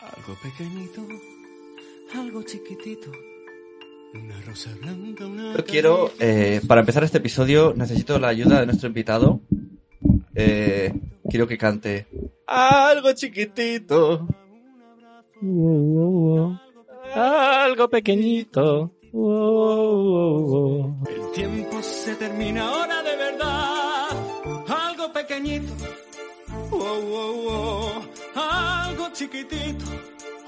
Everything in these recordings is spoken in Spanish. Algo pequeñito, algo chiquitito. Una rosa blanca, una. Yo quiero, eh, para empezar este episodio, necesito la ayuda de nuestro invitado. Eh, quiero que cante algo chiquitito, Algo pequeñito. El tiempo se termina ahora de verdad. Algo pequeñito. Oh, oh, oh. Algo chiquitito.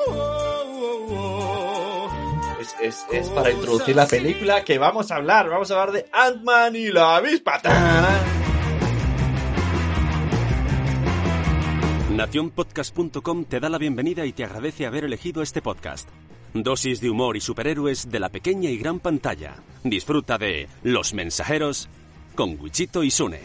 Oh, oh, oh. Es, es- es para introducir la película que vamos a hablar. Vamos a hablar de Ant-Man y la avispa. ¡Tarán! Nacionpodcast.com te da la bienvenida y te agradece haber elegido este podcast. Dosis de humor y superhéroes de la pequeña y gran pantalla. Disfruta de Los Mensajeros con Wichito y Sune.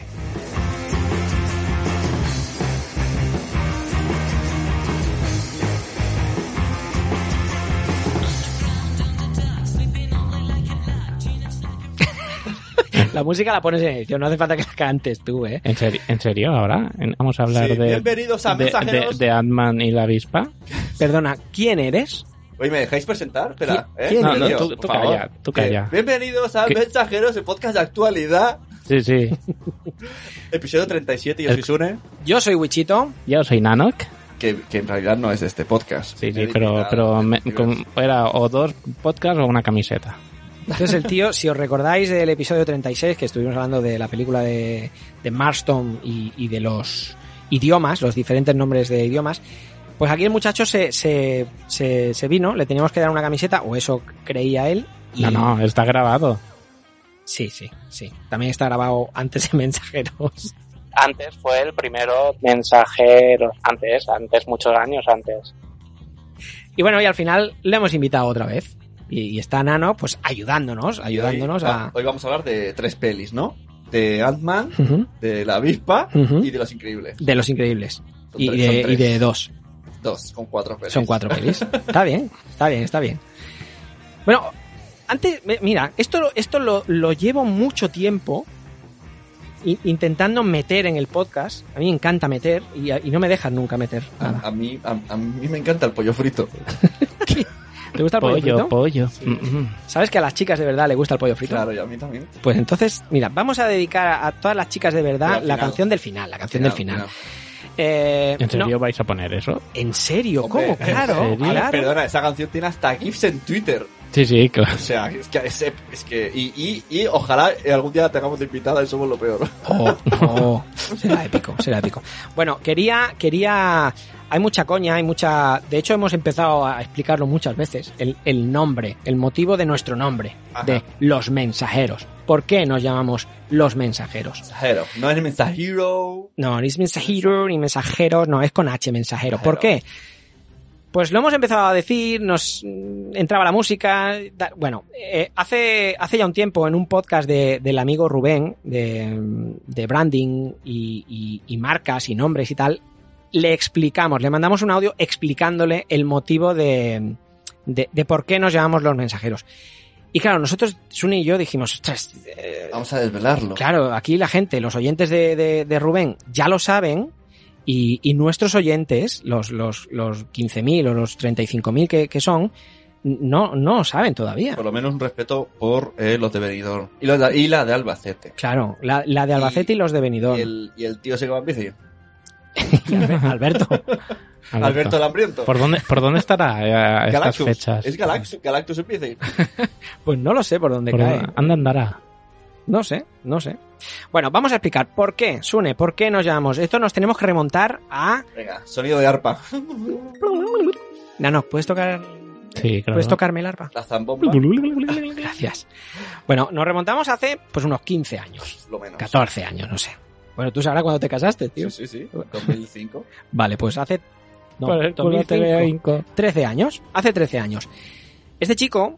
La música la pones en edición, no hace falta que la cantes tú, ¿eh? ¿En serio, ¿En serio ahora? En- Vamos a hablar Sí, de, de, bienvenidos a de, Mensajeros. de Ant-Man y la avispa. Perdona, ¿quién eres? Oye, ¿me dejáis presentar? Espera, ¿Qui- ¿eh? quién Niños, eres? No, no, tú- por tú favor. calla, tú calla. Eh, bienvenidos a ¿Qué? Mensajeros, el podcast de actualidad, Sí, sí. episodio 37. Yo El- soy Sune, Yo soy Wichito. Yo soy Nanok. que, que en realidad no es de este podcast. "Ah, Sí, sí, Me he pero, dignado pero me- de con- era o dos podcasts o una camiseta. Entonces el tío, si os recordáis del episodio 36, que estuvimos hablando de la película de, de Marston y, y de los idiomas, los diferentes nombres de idiomas, pues aquí el muchacho se, se, se, se vino, le teníamos que dar una camiseta, o eso creía él. y- No, no, está grabado. Sí, sí, sí. También está grabado antes de Mensajeros. antes fue el primero mensajero, antes, antes, muchos años antes. Y bueno, y al final le hemos invitado otra vez. Y, y está Nano, pues ayudándonos, Y hoy- ayudándonos va- a... Hoy vamos a hablar de tres pelis, ¿no? De Ant-Man, Ujú, de La Avispa ujú. y de Los Increíbles. De los increíbles. Son Y tres- son de, y tres. de dos. Dos, con cuatro pelis. Son cuatro pelis. Está bien, está bien, está bien. Bueno, antes, me- mira, esto, esto lo, lo llevo mucho tiempo i- intentando meter en el podcast. A mí me encanta meter y, y no me dejan nunca meter nada. A, a mí, a, a mí me encanta el pollo frito. Ah, ¿Te gusta el pollo, Pollo, frito? pollo. Mm, mm. ¿Sabes que a las chicas de verdad le gusta el pollo frito? Claro, y a mí también. Pues entonces, mira, vamos a dedicar a, a todas las chicas de Pero verdad al la final. canción del final, la canción del final. Mira, Eh, ¿En serio no, vais a poner eso? ¿En serio? Hombre, ¿Cómo? ¿en Claro, serio? mira. claro. Perdona, esa canción tiene hasta GIFs en Twitter. Sí, sí, claro. O sea, es que. Es, es que y, y, y ojalá algún día la tengamos de invitada y somos lo peor. Oh, oh, será épico, será épico. Bueno, quería, quería, hay mucha coña, hay mucha, de hecho hemos empezado a explicarlo muchas veces, el, el nombre, el motivo de nuestro nombre, Ajá. de los mensajeros. ¿Por qué nos llamamos los mensajeros? Mensajero. No es mensajero. No, ni es mensajero, ni mensajeros, no, es con H mensajero. ¿Por Mensajero. qué? Pues lo hemos empezado a decir, nos mm, entraba la música. da- bueno, eh, hace, hace ya un tiempo en un podcast de- del amigo Rubén, de, mm, de branding y, y- y marcas y nombres y tal, le explicamos, le mandamos un audio explicándole el motivo de, de, de por qué nos llamamos los mensajeros. Y claro, nosotros, Suni y yo dijimos, "Ostras, eh, Vamos a desvelarlo. Claro, aquí la gente, los oyentes de, de- de Rubén ya lo saben y, y nuestros oyentes, los, los, los 15.000 o los 35.000 que, que son, no, no lo saben todavía. Por lo menos un respeto por eh, los de Benidorm. Y, los de- y la de Albacete. Claro, la, la de Albacete y, los de Benidorm. Y el, y el tío se va en bici. Alberto. Alberto, el hambriento. ¿Por dónde, ¿Por dónde estará eh, a estas Galactus. fechas? Es Galactus, Galactus en bici. Pues no lo sé por dónde ¿Por cae. dónde- ¿Anda andará? No sé, no sé. Bueno, vamos a explicar por qué, Sune, por qué nos llamamos. Esto nos tenemos que remontar a... Venga, sonido de arpa. Nano, ¿puedes tocar, Sí, claro. ¿puedes tocarme el arpa? La zambomba, Gracias. Bueno, nos remontamos hace pues unos 15 años. lo menos. 14 años, no sé. Bueno, tú sabrás cuando te casaste, tío. Sí, sí, sí. 2005. Vale, pues hace no, Por el culo te 2005, veo, Inco. 13 años. Hace 13 años. Este chico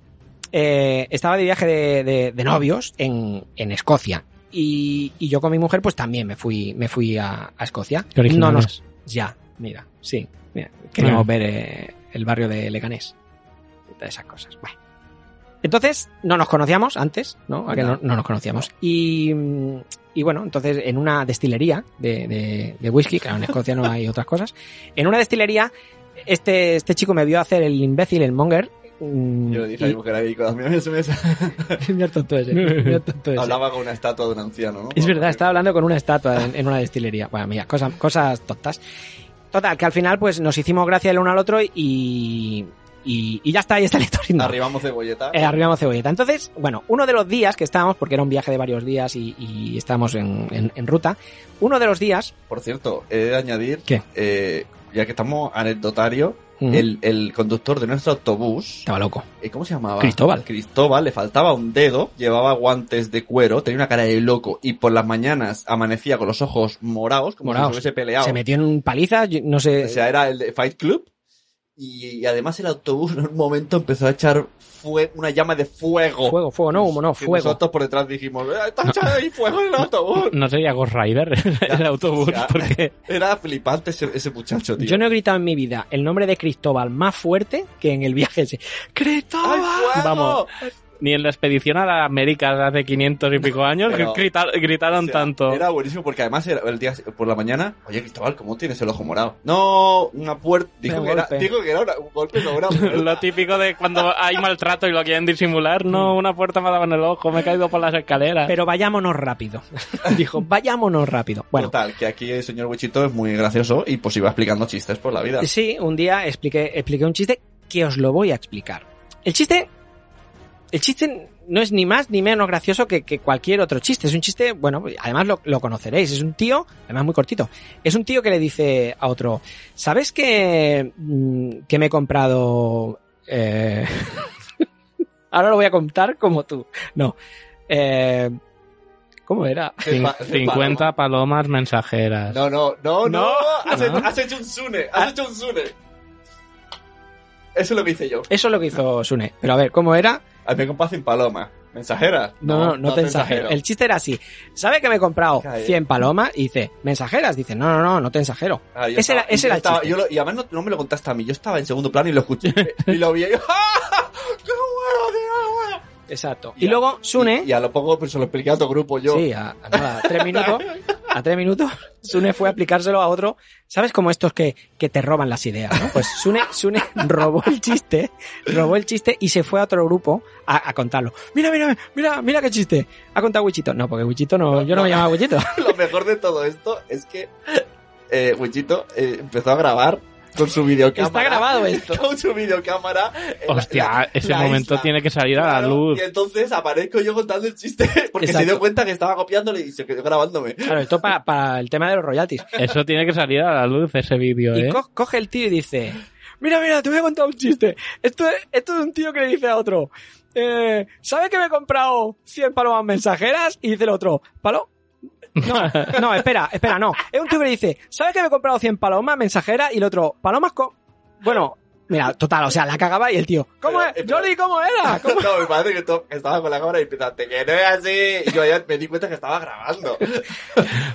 eh, estaba de viaje de, de- de novios en, en Escocia. Y, y yo con mi mujer, pues también me fui, me fui a, a Escocia. Qué originales. Ya, mira, sí. Mira, queremos ver eh, el barrio de Leganés. y todas esas cosas. Bueno. Entonces, no nos conocíamos antes, ¿no? A que no, no nos conocíamos. Y, mm, y bueno, entonces en una destilería de, de- de whisky, claro, en Escocia no hay otras cosas, en una destilería este, este chico me vio hacer el imbécil, el monger. mm, Yo le dije y- a mi mujer ahí, cuando me se me Mira el tonto ese, mira el tonto ese. hablaba con una estatua de un anciano, ¿no? Es verdad, estaba hablando con una estatua en, en una destilería. Bueno, mira, cosas, cosas tontas. Total, que al final pues nos hicimos gracia el uno al otro y, y, y ya está, ahí está la historia. Arribamos cebolleta. Eh, arribamos cebolleta. Entonces, bueno, uno de los días que estábamos, porque era un viaje de varios días y, y estábamos en, en- en ruta, uno de los días... Por cierto, he de añadir, ¿Qué? eh, ya que estamos anecdotario, mm, el, el conductor de nuestro autobús, Estaba loco. eh, ¿cómo se llamaba? Cristóbal. Cristóbal, le faltaba un dedo, llevaba guantes de cuero, tenía una cara de loco y por las mañanas amanecía con los ojos morados, como Moraos. si se hubiese peleado. Se metió en un paliza, yo no sé... oh. O sea, era el de Fight Club. Y, y además el autobús en un momento empezó a echar fue una llama de fuego. fuego, fuego, no, humo, no, Que fuego. oh. Nosotros por detrás dijimos, "Eh, está echando ahí fuego en el autobús. No sería Ghost Rider el autobús, ya. porque Era flipante ese, ese muchacho, tío. Yo no he gritado en mi vida el nombre de Cristóbal más fuerte que en el viaje ese. ¡Ay, ¡Cristóbal! fuego! Vamos. ni en la expedición a la América hace 500 y pico años Pero- grita- O gritaron sea, tanto. Era buenísimo porque además era el día por la mañana, oye Cristóbal, ¿cómo tienes el ojo morado? No, una puerta. Dijo, Un que era, golpe. dijo que era una- un golpe, no una puerta. Lo típico de cuando hay maltrato y lo quieren disimular, no, una puerta me ha dado en el ojo, me he caído por las escaleras. Mm. Pero vayámonos rápido. Dijo, vayámonos rápido. Bueno, Total, que aquí el señor Wichito es muy gracioso y pues iba explicando chistes por la vida. sí, un día expliqué, expliqué un chiste que os lo voy a explicar. El chiste. El chiste no es ni más ni menos gracioso que, que cualquier otro chiste. Es un chiste, bueno, además lo, lo conoceréis. Es un tío, además muy cortito. Es un tío que le dice a otro: ¿Sabes que, mm, que me he comprado. eh, Ahora lo voy a contar como tú. No. Eh, ¿Cómo era? Cin- Cin- 50 palomas mensajeras. No, no, no, no. No, has, no. Hecho, has hecho un Sune, has hecho un Sune. Eso es lo que hice yo. Eso es lo que hizo Sune. Pero a ver, ¿cómo era? A mi compa sin paloma. ¿Mensajera? No, no, no, te mensajero. ensajero. El chiste era así. ¿Sabe que me he comprado Cae. 100 palomas? Y dice, ¿mensajeras? Dice, no, no, no, no te ensajero. Ah, yo Ese era- estaba- ese yo era el estaba- chiste. yo lo- y además no, no me lo contaste a mí, yo estaba en segundo plano y lo escuché. y lo vi y yo, ¡ah! ¡Qué bueno, tío, qué bueno! Exacto. Y Y, a- luego Sune... Y, y a lo poco pues, se lo expliqué a otro grupo yo. Sí, a, a nada, a tres minutos. A tres minutos, Sune fue a aplicárselo a otro. ¿Sabes como estos que, que te roban las ideas, no? Pues Sune, Sune robó el chiste, robó el chiste y se fue a otro grupo a, a contarlo. Mira, mira, mira, mira qué chiste. Ha contado Wichito. No, porque Wichito no, yo no me llamaba Wichito. Lo mejor de todo esto es que eh, Wichito eh, empezó a grabar con su videocámara. Está grabado esto. Con su videocámara. en la- Hostia, la- ese la momento isla. tiene que salir a la Claro, luz. Y entonces aparezco yo contando el chiste porque se Exacto. dio cuenta que estaba copiándole y se quedó grabándome. Claro, esto para, para el tema de los royalties. Eso tiene que salir a la luz, ese vídeo, Y ¿eh? co- coge el tío y dice, mira, mira, te voy a contar un chiste. Esto es, esto es un tío que le dice a otro, eh, ¿sabes que me he comprado 100 palomas mensajeras? Y dice el otro, ¿palo? No, no, espera, espera, no. Es un tío que le dice, ¿sabes que me he comprado 100 palomas mensajeras? Y el otro, ¿palomas co...? Bueno, mira, total, o sea, la cagaba y el tío, ¿cómo Pero, es? espera. Jolly, ¿cómo era? ¿Cómo- No, mi padre que, to- que estaba con la cámara y pensaste que no es así. Y yo ya me di cuenta que estaba grabando.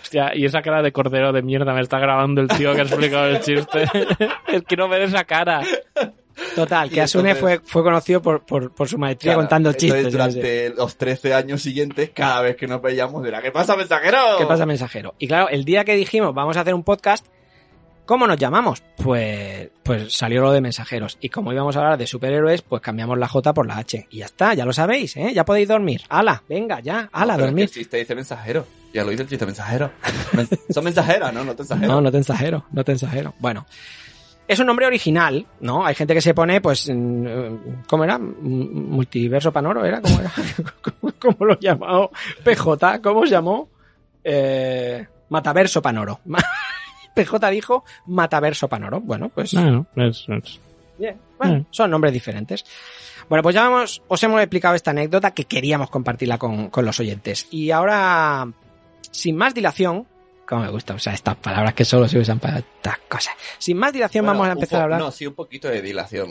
Hostia, y esa cara de cordero de mierda me está grabando el tío que ha explicado el chiste. es que no ver esa cara. Total, Y que Asune entonces- fue, fue conocido por, por, por su maestría Claro, contando entonces, chistes. yo no sé. Durante los 13 años siguientes, cada vez que nos veíamos, era ¿qué pasa, mensajero? ¿Qué pasa, mensajero? Y claro, el día que dijimos vamos a hacer un podcast, ¿cómo nos llamamos? Pues, pues salió lo de mensajeros. Y como íbamos a hablar de superhéroes, pues cambiamos la J por la H. Y ya está, ya lo sabéis, ¿eh? Ya podéis dormir. ¡Hala! Venga, ya, Pero hala, es que dormir. El chiste dice mensajero. Ya lo dice el chiste mensajero. Men- Son mensajeras, ¿no? No te exagero. No, no te ensajero, no te ensajero. Bueno. Es un nombre original, ¿no? Hay gente que se pone, pues, mm, ¿cómo era? Mm, Multiverso Panoro, ¿era? ¿Cómo era? ¿Cómo, cómo lo llamó? PJ, ¿cómo se llamó? Eh, Mataverso Panoro. Ma- PJ dijo Mataverso Panoro. Bueno, pues... Bueno, es- es- Bien. Bueno, Mm. son nombres diferentes. Bueno, pues ya hemos- os hemos explicado esta anécdota que queríamos compartirla con, con los oyentes. Y ahora, sin más dilación, como me gusta, o sea, estas palabras que solo se usan para estas cosas. Sin más dilación Bueno, vamos a un empezar po- a hablar. No, sí, un poquito de dilación.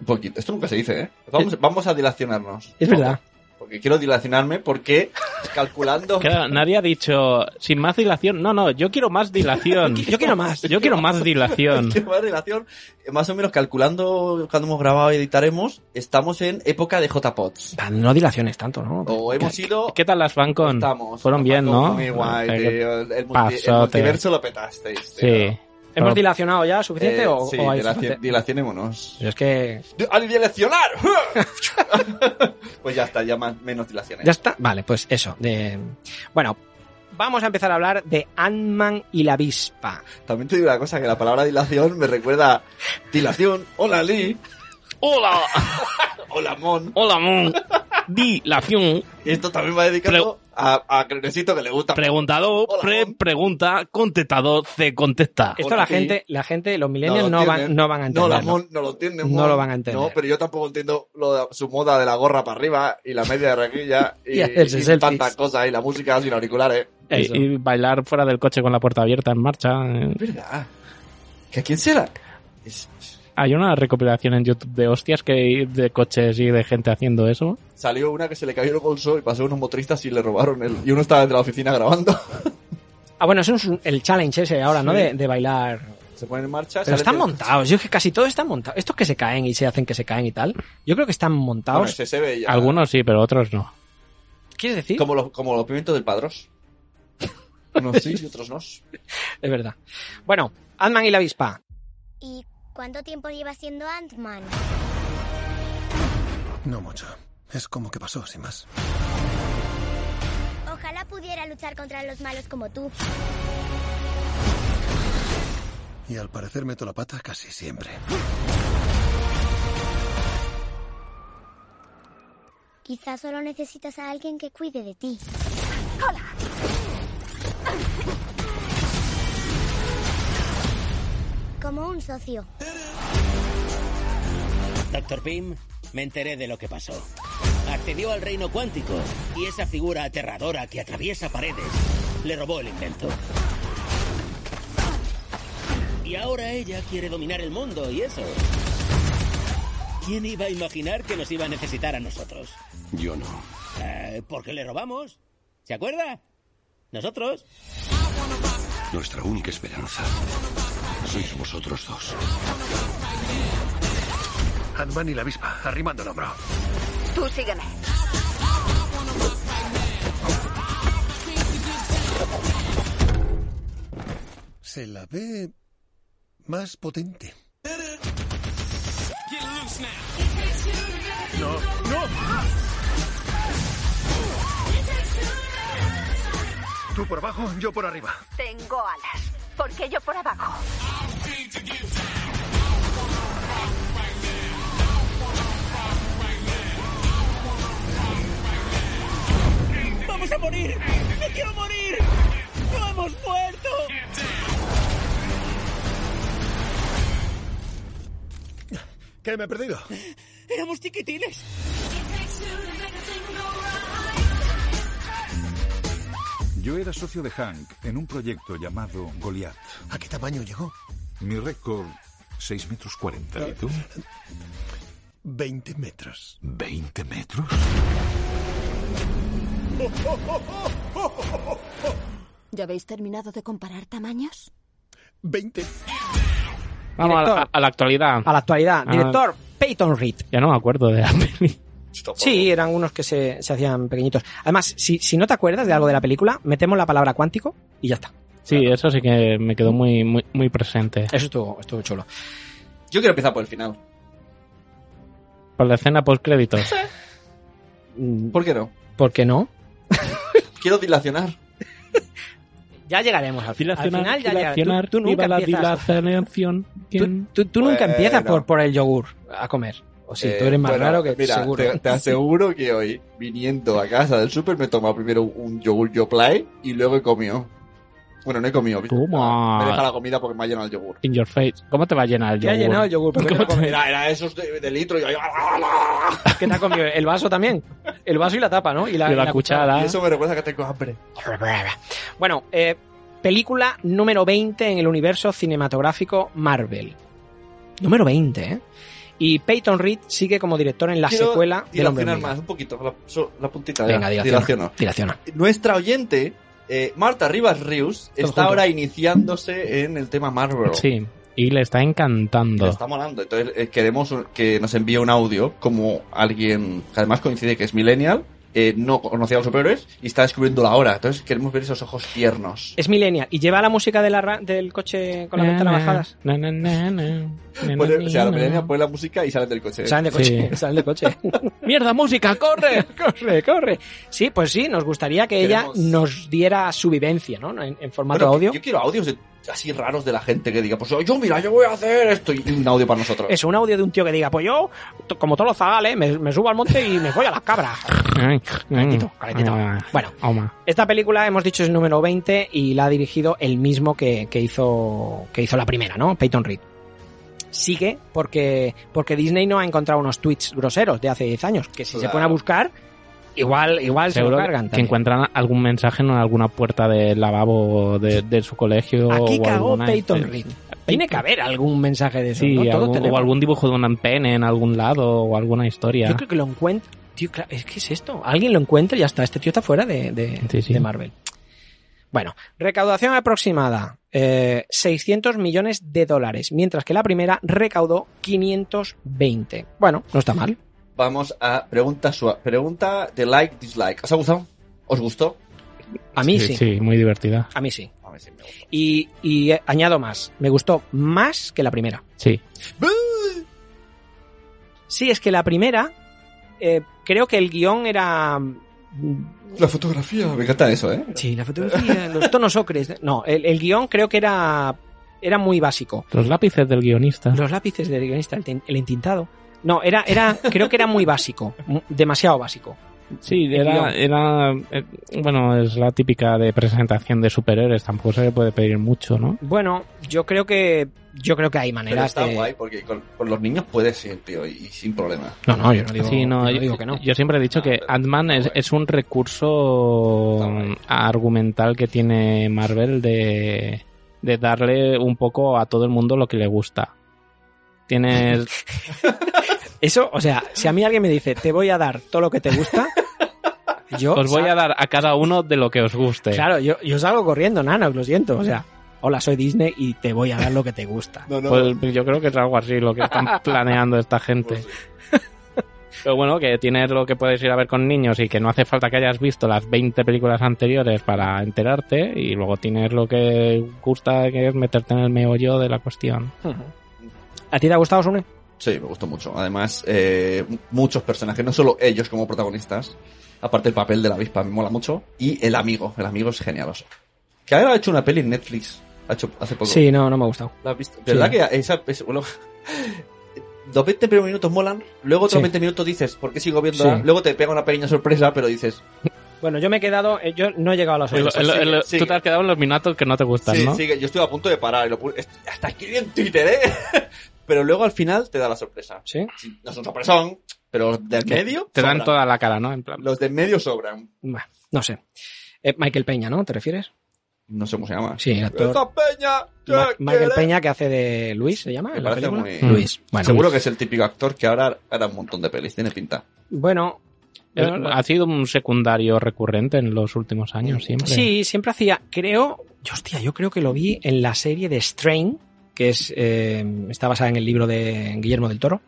Un poquito. Esto nunca se dice, ¿eh? Vamos, vamos a dilacionarnos. es verdad. Porque quiero dilacionarme porque calculando... Claro, nadie ha dicho sin más dilación. No, no, yo quiero más dilación. Yo quiero más. Yo quiero más dilación. Qué buena relación. Eh, Más o menos calculando cuando hemos grabado y editaremos, estamos en época de JPods. Va, No dilaciones tanto, ¿no? O hemos ido. ¿Qué tal las Fancon? Estamos. Fueron bien, Fancon ¿no? Muy guay, O sea, que- tío. El, multi- el pasote. multiverso lo petasteis. tío. Sí. ¿Hemos dilacionado ya suficiente Eh, o, sí, o hay dilaci- suficiente? dilacionémonos. Pero es que. ¡Di- ¡Al dilacionar! pues ya está, ya más, menos dilaciones. ¿Ya está? Vale, pues eso. De... Bueno, vamos a empezar a hablar de Ant-Man y la avispa. También te digo una cosa, que la palabra dilación me recuerda a dilación, hola Lee, ¡Hola! hola Mon. ¡Hola, Moon! Dilación. Y esto también va dedicado a, a Crenecito que le gusta. Preguntador, Hola, pre Moon. pregunta, contestador, se contesta. Esto Hola, la sí. gente, la gente, los millennials lo no, van, entienden. no van a No, la entenderlo. Mon no lo entiende. No Mon. lo van a entender. No, pero yo tampoco entiendo lo de- su moda de la gorra para arriba y la media de raquilla y, Y hacerse y selfies. tantas cosas y la música sin auriculares. Eso. Y, Eh, y bailar fuera del coche con la puerta abierta en marcha. eh. Es verdad. ¿Que a quién será? Es- Hay una recopilación en YouTube de hostias que de coches y de gente haciendo eso. Salió una que se le cayó el bolso y pasó unos motoristas y le robaron el. Y uno estaba dentro de la oficina grabando. Ah, bueno, eso es un- el challenge ese ahora, ¿no? De, de bailar. Se pone en marcha. sale Pero están de- montados. Yo es que casi todo está montado. Estos que se caen y se hacen que se caen y tal. Yo creo que están montados. Bueno, ese se ve ya. Algunos sí, pero otros no. ¿Quieres decir? Como los, como los pimientos del Padros. Unos sí y otros no. Es verdad. Bueno, Ant-Man y la avispa. ¿Y cuánto tiempo lleva siendo Ant-Man? No mucho. Es como que pasó, sin más. Ojalá pudiera luchar contra los malos como tú. Y al parecer meto la pata casi siempre. Quizás solo necesitas a alguien que cuide de ti. Como un socio. Doctor Pym, me enteré de lo que pasó. Accedió al reino cuántico y esa figura aterradora que atraviesa paredes le robó el invento. Y ahora ella quiere dominar el mundo y eso. ¿Quién iba a imaginar que nos iba a necesitar a nosotros? Yo no. Eh, porque le robamos. ¿Se acuerda? Nosotros. Nuestra única esperanza. Sois vosotros dos. Ant-Man y la avispa, arrimando el hombro. Tú sígueme. Se la ve más potente. No, no. Tú por abajo, yo por arriba. Tengo alas. Porque yo por abajo. ¡Vamos a morir! ¡Me quiero morir! ¡No hemos muerto! ¿Qué me he perdido? ¡Éramos chiquitines! Yo era socio de Hank en un proyecto llamado Goliath. ¿A qué tamaño llegó? Mi récord, 6 metros 40. ¿Y tú? 20 metros. ¿20 metros? ¿Ya habéis terminado de comparar tamaños? 20. Vamos a la, Director. a la actualidad. A la actualidad. Ah. Director Peyton Reed. Ya no me acuerdo de la peli. Sí, eran unos que se, se hacían pequeñitos. Además, si, si no te acuerdas de algo de la película, metemos la palabra cuántico y ya está. Sí, eso sí que me quedó muy, muy, muy presente. Eso estuvo, estuvo chulo. Yo quiero empezar por el final. Por la escena post créditos. Mm, ¿Por, ¿Por qué no? por qué no? Quiero dilacionar. Ya llegaremos al, final. al final. Ya llegaremos. dilacionar, Tú, tú nunca viva la empiezas, dilación. tú, tú- tú nunca Bueno. Eh, empiezas por, por el yogur a comer. O sí, tú eres más bueno, raro que mira, seguro. Te, te aseguro que hoy, viniendo a casa del súper, me he tomado primero un yogur Yoplait y luego he comido. Bueno, no he comido. ¿viste? Toma. Me deja la comida porque me ha llenado el yogur. In your face. ¿Cómo te va a llenar el ¿Qué ha yogur? llenado el yogur? ¿Por qué no comes? Era, era esos de, de litro y yo... ¡ah, ¿Qué te ha comido? El vaso también. El vaso y la tapa, ¿no? Y la, De la y la cuchara. Y eso me recuerda que tengo hambre. Bueno, eh, película número 20 en el universo cinematográfico Marvel. Número 20, ¿eh? Y Peyton Reed sigue como director en la Quiero secuela del Hombre Dilacionar Hormiga. más, un poquito, la, so- la puntita. Venga, ya. Dilaciono. dilaciona. Dilaciona. Nuestra oyente, eh, Marta Rivas Rius, está junto. ahora iniciándose en el tema Marvel. Sí. Y le está encantando. Le está molando. Entonces eh, queremos un- que nos envíe un audio como alguien que además coincide que es millennial eh, no conocía a los superhéroes y está descubriendo la hora. Entonces queremos ver esos ojos tiernos. Es millennial. ¿Y lleva la música de la ra- del coche con las ventanas bajadas? Na, na, na, na. Na, Pues, Pone- na, o sea, la na. millennial pone la música y salen del coche. Salen de coche, salen de coche. ¡Mierda, música! ¡Corre! ¡Corre, corre! Sí, pues sí, nos gustaría que Queremos- ella nos diera su vivencia, ¿no? En, en formato Bueno, audio. Yo quiero audios de- así raros de la gente que diga, pues yo mira, yo voy a hacer esto y un audio para nosotros. Eso, un audio de un tío que diga, pues yo, t- como todos los zagales, me, me subo al monte y me voy a las cabras. Ay, Calentito, ay, calentito. ay, ay. Bueno, Oma. esta película, hemos dicho, es número 20 y la ha dirigido el mismo que, que hizo, que hizo la primera, ¿no? Peyton Reed. Sigue porque, porque Disney no ha encontrado unos tweets groseros de hace 10 años, que si se Claro. pone a buscar, igual, igual se lo Seguro que- cargan. que también. encuentran algún mensaje en alguna puerta del lavabo de, de su colegio. Aquí o cagó alguna- Peyton Reed. Tiene que haber algún mensaje de eso, Sí, ¿no? Todos algún- o tenemos. algún dibujo de un pene en algún lado o alguna historia. Yo creo que lo encuentra. Tío, claro, es que es esto. Alguien lo encuentra y ya está. Este tío está fuera de, de- Sí, sí. de Marvel. Bueno, recaudación aproximada: eh, 600 millones de dólares, mientras que la primera recaudó 520. Bueno, no está mal. Vamos a pregunta suave. Pregunta de like, dislike. ¿Os ha gustado? ¿Os gustó? A mí sí. sí, muy divertida. A mí sí. A ver si me gustó. Y, y, eh, añado más: me gustó más que la primera. Sí. Sí, es que la primera, eh, creo que el guión era. La fotografía, me encanta eso, ¿eh? Sí, la fotografía, los tonos ocres. ¿eh? No, el, el guión creo que era, era muy básico. Los lápices del guionista. Los lápices del guionista, el, tin- el entintado. No, era, era, creo que era muy básico, mu- demasiado básico. Sí, era, era eh, bueno, es la típica de presentación de superhéroes, tampoco se le puede pedir mucho, ¿no? Bueno, yo creo que, yo creo que hay Pero maneras está de. guay porque con, con los niños puedes ir, tío, y, y sin problema. No, no, yo no digo, sí, no, yo no yo, digo que no. yo siempre he dicho Ah, que pero Ant-Man está es, guay. es un recurso Está guay. argumental que tiene Marvel de, de darle un poco a todo el mundo lo que le gusta. Tienes Eso, o sea, si a mí alguien me dice, te voy a dar todo lo que te gusta, yo. Os voy sal- a dar a cada uno de lo que os guste. Claro, yo, yo salgo corriendo, nana, lo siento. O sea, hola, soy Disney y te voy a dar lo que te gusta. No, no. Pues yo creo que es algo así lo que están planeando esta Pues gente. Pero bueno, que tienes lo que puedes ir a ver con niños y que no hace falta que hayas visto las 20 películas anteriores para enterarte y luego tienes lo que gusta que es meterte en el meollo de la cuestión. ¿A ti te ha gustado, Sune? Sí, me gustó mucho. Además, eh, m- muchos personajes, no solo ellos como protagonistas. Aparte el papel de la avispa me mola mucho. Y el amigo, el amigo es genialoso. Que ahora ha hecho una peli en Netflix. Ha hecho hace poco. Sí, no, no me ha gustado. ¿La has visto? ¿Verdad que esa, es- bueno, los 20 primeros minutos molan, luego otros Sí. 20 minutos dices, ¿por qué sigo viéndola? Sí. Luego te pega una pequeña sorpresa, pero dices, Bueno, yo me he quedado, eh, yo no he llegado a Pues las El- ocho. el- sigue, el- Tú sigue. te has quedado en los minutos que no te gustan, sí, ¿no? sí, que yo estoy a punto de parar. Y lo pu- est- hasta escribí en Twitter, ¿eh? pero luego al final te da la sorpresa. Sí. Sí, No es un sorpresón, pero los del Que medio Te dan sobran. toda la cara, ¿no? En plan, Los del medio sobran. Bueno, no sé. Eh, Michael Peña, ¿no? ¿Te refieres? No sé cómo se llama. Sí, el actor. ¡Esta peña! ¿qué Ma- Michael quiere? Peña que hace de Luis, ¿se llama? Me en la parece película? muy- Luis. Bueno, Seguro que es el típico actor que ahora hará un montón de pelis, tiene pinta. Bueno, Pues, eh, eh, ha sido un secundario recurrente en los últimos Mm, años, siempre. sí, siempre hacía, creo, hostia, yo creo que lo vi en la serie de Strain, que es eh, está basada en el libro de Guillermo del Toro.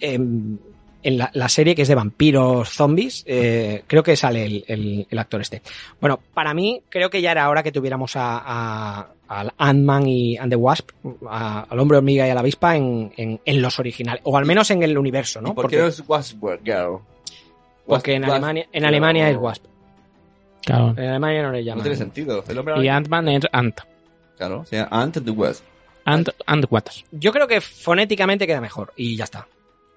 Em, en la, la serie que es de vampiros, zombies, eh, creo que sale el, el- el actor este. Bueno, para mí creo que ya era hora que tuviéramos a, a- al Ant-Man y and the Wasp, a- al hombre hormiga y a la avispa en, en- en los originales, o al menos en el universo, ¿no? ¿Y por qué no es Westworld Girl? porque en Wasp- Alemania, en Wasp- Alemania es no- Wasp, Claro. en Alemania no le llaman. No tiene sentido. El hombre Y Ant-Man es Ant. Claro, o sea, Ant and the West. Ant, Ant Waters. Yo creo que fonéticamente queda mejor y ya está.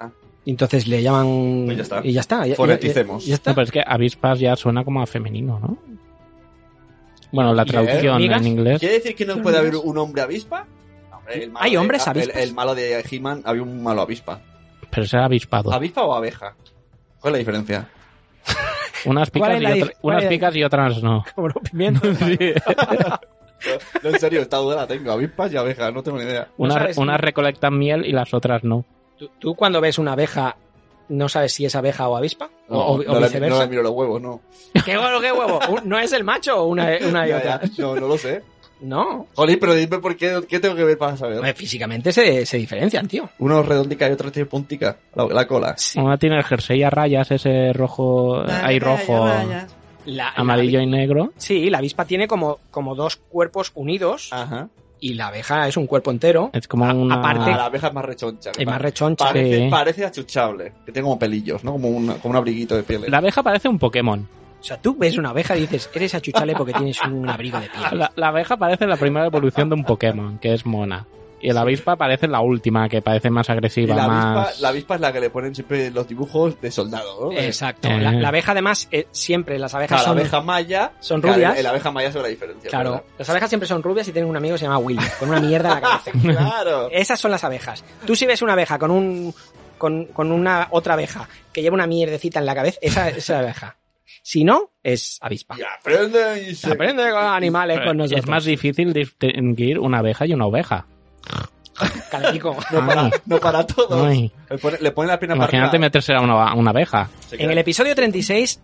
Ah. Entonces le llaman Pues ya está. y ya está. ya- ya- Foneticemos. ya- ya está. No, pero es que avispas ya suena como a femenino, ¿no? Bueno, la ¿Y traducción hormigas? en inglés. ¿Quiere decir que no puede haber un hombre avispa? Hombre, el malo ¿Hay de- hombres el- avispas? El, malo de He-Man había un malo avispa. Pero será avispado. ¿Avispa o abeja? ¿Cuál es la diferencia? ¿Cuál Unas picas, es y, la dif- otra- cuál unas es- picas y otras no. Como los pimientos. No, No, en serio, esta duda la tengo. Avispas y abejas, no tengo ni idea. Unas, sabes, unas ¿no? recolectan miel y las otras no. ¿Tú, tú cuando ves una abeja no sabes si es abeja o avispa o, No, o- o no le- no le, viceversa. miro los huevos, no. ¿Qué huevo, qué huevo? Un- ¿No es el macho o una, una y Ya, otra? ya, No, no lo sé. No. Jolín, pero dime por qué, qué tengo que ver para saber. Hombre, Físicamente se, se diferencian, tío. Uno es redondica y otro tiene puntica. La, la cola. Una tiene el jersey a rayas, ese rojo. hay rojo, La- amarillo la- y negro. Sí, la avispa tiene como, como dos cuerpos unidos. ah, Ajá. Y la abeja es un cuerpo entero. Es como una. aparte- Ah, la abeja es más rechoncha. Es más rechoncha. Parece, Sí. parece achuchable. Que tiene como pelillos, ¿no? Como, una- como un abriguito de piel. La abeja parece un Pokémon. O sea, tú ves una abeja y dices, eres achuchale porque tienes un abrigo de piel. La, la abeja parece la primera evolución de un Pokémon, que es mona. Y la avispa parece la última, que parece más Y agresiva, la avispa, más. la avispa es la que le ponen siempre los dibujos de soldado, ¿no? Exacto. Eh. La, la abeja, además, eh, siempre las O sea, abejas la son. abeja maya. son claro, rubias. El, el abeja maya es la diferencia. claro. Las abejas siempre son rubias y tienen un amigo que se llama Willy, con una mierda en la cabeza. ¿verdad? claro. Esas son las abejas. Tú si ves una abeja con un con, con una otra abeja que lleva una mierdecita en la cabeza, esa es la abeja. Si no, es avispa. Y aprende y se... Aprende con animales, con pues nosotros. es más difícil distinguir una abeja y una oveja. Calentico. No para, no para todos. Ay. Le pone- le ponen la pierna Imagínate partida. meterse a una, a una abeja. Se queda- En el episodio 36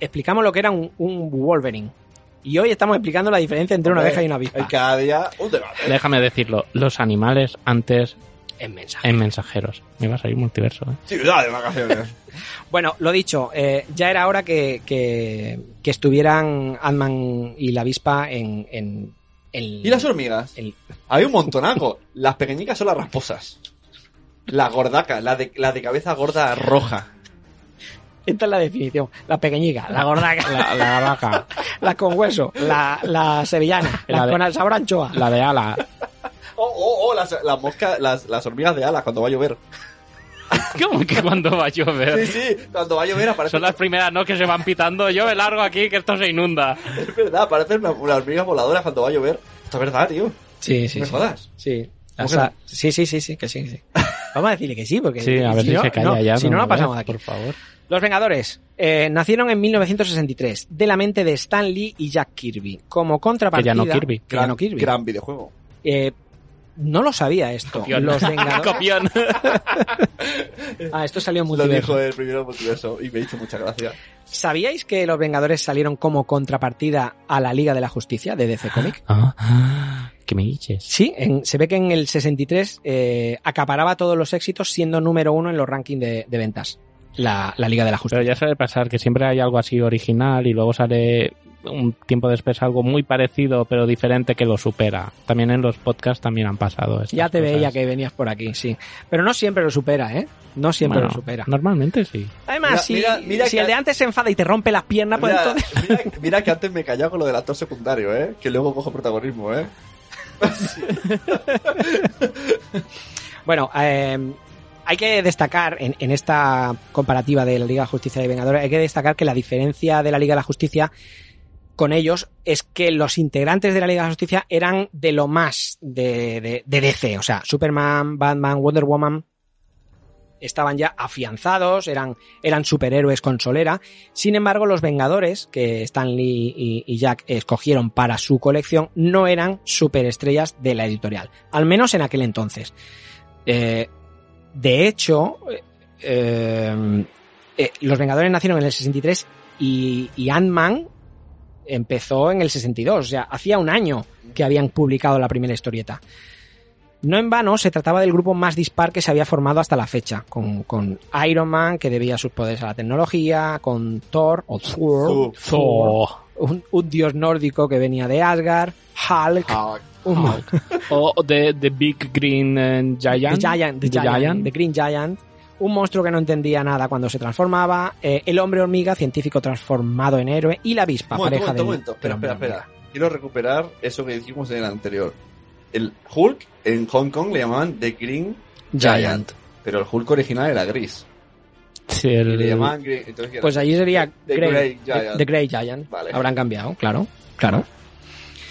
explicamos lo que era un, un Wolverine. Y hoy estamos explicando la diferencia entre una abeja y una avispa. Hay cada día un debate. Déjame decirlo, los animales antes Es mensaje. en mensajeros. Me iba a salir multiverso, ¿eh? Ciudad de vacaciones. Bueno, lo dicho, eh, ya era hora que, que- que estuvieran Ant-Man y la avispa en, en, en- ¿Y las hormigas? en- Hay un montonaco. Las pequeñicas son las rasposas. La gordaca, la de, la de cabeza gorda roja. Esta es la definición. La pequeñica, la gordaca, La, la abeja, la con hueso, la, la sevillana, la, La de- con el sabor a anchoa. la de ala. Oh, oh, oh, las, las moscas, las, las hormigas de alas cuando va a llover. ¿Cómo que cuando va a Sí, llover? sí, cuando va a llover aparece. Son las primeras, ¿no? Que se van pitando. Yo me largo aquí, que esto se inunda. Es verdad, aparecen una- unas hormigas voladoras cuando va a llover. Esto es verdad, tío. Sí, no me jodas. Sí. ¿Cómo O sea, sí, sí, sí, sí, que sí, que sí. Vamos a decirle que sí, porque Sí, a ver si no- se calla no, ya. Si no, una no vez, pasamos de aquí. Por favor. Los Vengadores eh, nacieron en 1963 de la mente de Stan Lee y Jack Kirby. Como contrapartida, Que ya no Kirby. que ya no Kirby. gran videojuego. Eh, no lo sabía esto. Copión. Los Vengadores. Copión. ah, esto salió en Lo dijo multiverso. el primero multiverso y me hizo mucha gracia. ¿Sabíais que los Vengadores salieron como contrapartida a la Liga de la Justicia de DC Comics? Ah, ¿Qué me dices? Sí, en- se ve que en el 63 eh, acaparaba todos los éxitos siendo número uno en los rankings de, de ventas. La, la Liga de la Pero Justicia. ya suele pasar que siempre hay algo así original y luego sale un tiempo después algo muy parecido pero diferente que lo supera. También en los podcasts también han pasado estas Ya te Eh, cosas. veía que venías por aquí, sí. Pero no siempre lo supera, ¿eh? No siempre Bueno, lo supera. Normalmente sí. Además, Mira, si, mira, mira si que- el de antes se enfada y te rompe las piernas, pues Mira, entonces... mira, mira que antes me callaba con lo del actor secundario, ¿eh? Que luego cojo protagonismo, ¿eh? Bueno, eh, hay que destacar en, en esta comparativa de la Liga de la Justicia de Vengadores, hay que destacar que la diferencia de la Liga de la Justicia con ellos es que los integrantes de la Liga de la Justicia eran de lo más de, de- de DC, o sea, Superman, Batman, Wonder Woman estaban ya afianzados, eran, eran superhéroes con solera. Sin embargo, los Vengadores, que Stan Lee y, y Jack escogieron para su colección, no eran superestrellas de la editorial, al menos en aquel entonces. Eh, de hecho, eh, eh, eh, los Vengadores nacieron en el 63 y, y Ant-Man empezó en el 62. O sea, hacía un año que habían publicado la primera historieta. No en vano, se trataba del grupo más dispar que se había formado hasta la fecha, con, con Iron Man, que debía sus poderes a la tecnología, con Thor, o Thor, Thor. un, un dios nórdico que venía de Asgard, Hulk, Ah, un- O The, the Big Green eh, Giant. The Giant, The The Giant, Giant. The Green Giant. Un monstruo que no entendía nada cuando se transformaba. eh, el hombre hormiga, científico transformado en héroe. Y la avispa, momento, pareja momento, del- momento. del Espera, hombre espera, espera. Quiero recuperar eso que dijimos en el anterior. El Hulk en Hong Kong le llamaban The Green hormiga. Giant. Pero el Hulk original era gris. Sí, Y el- le llamaban Green. Entonces era- Pues allí sería The Grey, Grey Giant. The Grey Giant. Vale. Habrán cambiado, claro. Claro.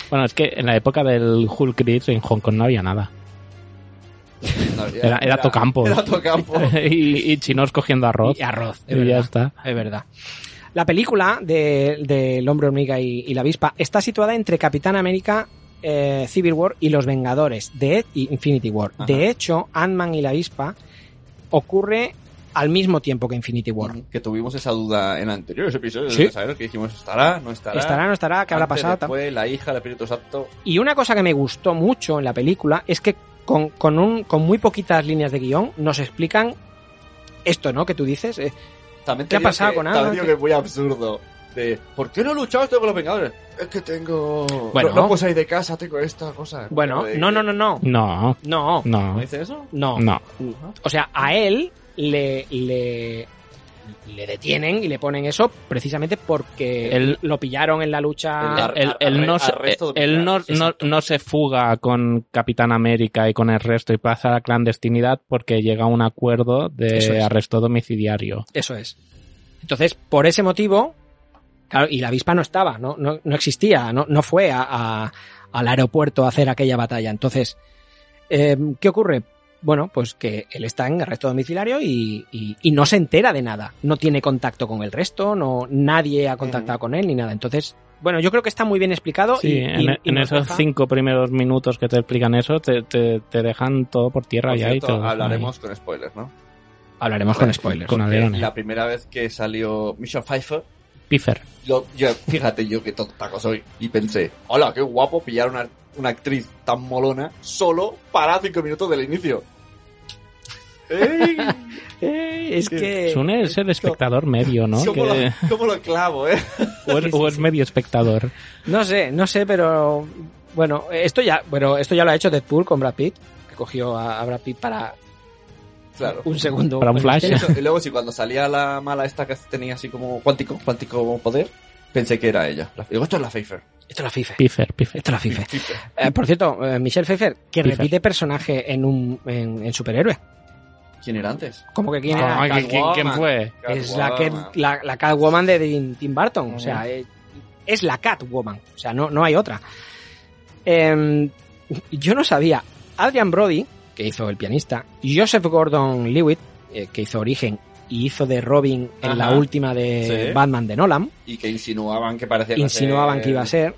Bueno, es que en la época del Hulk Gris en Hong Kong no había nada. No, Era, era Tocampo. Era Tocampo. y, y chinos cogiendo arroz. Y arroz. Oh. es Y ya verdad. está. Es verdad. La película de- del hombre hormiga y, y la avispa está situada entre Capitán América, eh, Civil War y Los Vengadores de y Infinity War. Ajá. De hecho, Ant-Man y la avispa ocurre al mismo tiempo que Infinity War. Que tuvimos esa duda en anteriores episodios Sí. de saber que dijimos estará, no estará. Estará, no estará, ¿qué habrá Antes, pasado? Después, la hija, el Espíritu Santo. Y una cosa que me gustó mucho en la película es que con, con un- con muy poquitas líneas de guión nos explican esto, ¿no? Que tú dices. eh, También te ¿Qué ha digo pasado que- con también Adam? digo que es muy absurdo. De, ¿Por qué no luchaste con los Vengadores? Es que tengo. Bueno. no, no puedo salir de casa, tengo esta cosa. Bueno, no, no, no, no. No. No. No. ¿No dice eso? Pues No. No. O sea, a él le, le, le detienen y le ponen eso precisamente porque Él- lo pillaron en la lucha. Él, él no, se, él no, no, no se fuga con Capitán América y con el resto y pasa a la clandestinidad porque llega a un acuerdo de Eso es. arresto domiciliario. Eso es. Entonces, por ese motivo, claro, y la avispa no estaba, no, no, no existía, no, no fue a- a- al aeropuerto a hacer aquella batalla. Entonces, eh, ¿qué ocurre? Bueno, pues que él está en arresto domiciliario y, y- y no se entera de nada. No tiene contacto con el resto, no, nadie ha contactado con él ni nada. Entonces, bueno, yo creo que está muy bien explicado. Eh. Sí, y, en, e- y- y en nos esos deja- cinco primeros minutos que te explican eso, te, te- te dejan todo por tierra Por ya y cierto, te lo dejan hablaremos con spoilers, ¿no? Hablaremos con spoilers. Con Porque alerones. la primera vez que salió Mission Pfeiffer, ahí. Piffer. yo, yo- fíjate yo qué tontaco soy. Y pensé, hola, qué guapo pillar una, una actriz tan molona solo para cinco minutos del inicio. ¡Ey! Eh, es que. Sune es el espectador medio, ¿no? ¿Cómo, Que- lo, cómo lo clavo, eh? o, es, o es medio espectador. No sé, no sé, pero bueno, esto ya, bueno, esto ya lo ha hecho Deadpool con Brad Pitt, que cogió a, a Brad Pitt para Claro. un segundo. pues, Para un flash. Y eso- Y luego sí, cuando salía la mala esta que tenía así como cuántico, cuántico poder, pensé que era ella. La- Digo, esto es la Pfeiffer. Esto es la FIFA. Piffer, Piffer. Esto es la FIFA. Eh, por cierto, eh, Michelle Pfeiffer, que Pfeiffer. repite personaje en un en, en superhéroe. ¿Quién era antes? Como que quién Ah, era? ¿quién- quién- quién Catwoman. fue? es la, que, Catwoman. la, la Catwoman de Tim, Tim Burton. O Ujú. sea, eh, es la Catwoman. O sea, no, no hay otra. Em, yo no sabía. Adrian Brody, que hizo el pianista, Joseph Gordon Lewitt, que hizo Origen y hizo de Robin en Ajá. la última de Sí. Batman de Nolan, Y que insinuaban que parecía... insinuaban que iba a ser.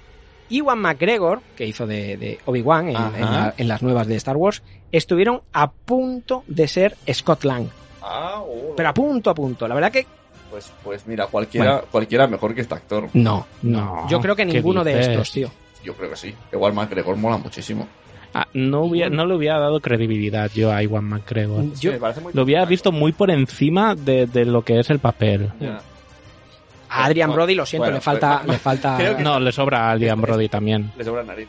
Iwan McGregor, que hizo de, de Obi-Wan en, en Ajá. la- en las nuevas de Star Wars, estuvieron a punto de ser Scott Lang. Ah, hola. Pero a punto, a punto. La verdad que Pues, pues mira, cualquiera, cualquiera mejor que este actor. no. No. Yo creo que ¿qué ninguno de dices? estos, tío. Yo creo que sí. Igual MacGregor mola muchísimo. Ah, no, hubiera- no le hubiera dado credibilidad yo a Iwan McGregor. Yo- me parece muy Lo hubiera visto muy por encima de, de lo que es el papel. Ya. A Adrian Bueno, Brody, lo siento, bueno, le falta, bueno. le falta. Creo que- No, le sobra a Liam Brody también. Le sobra nariz.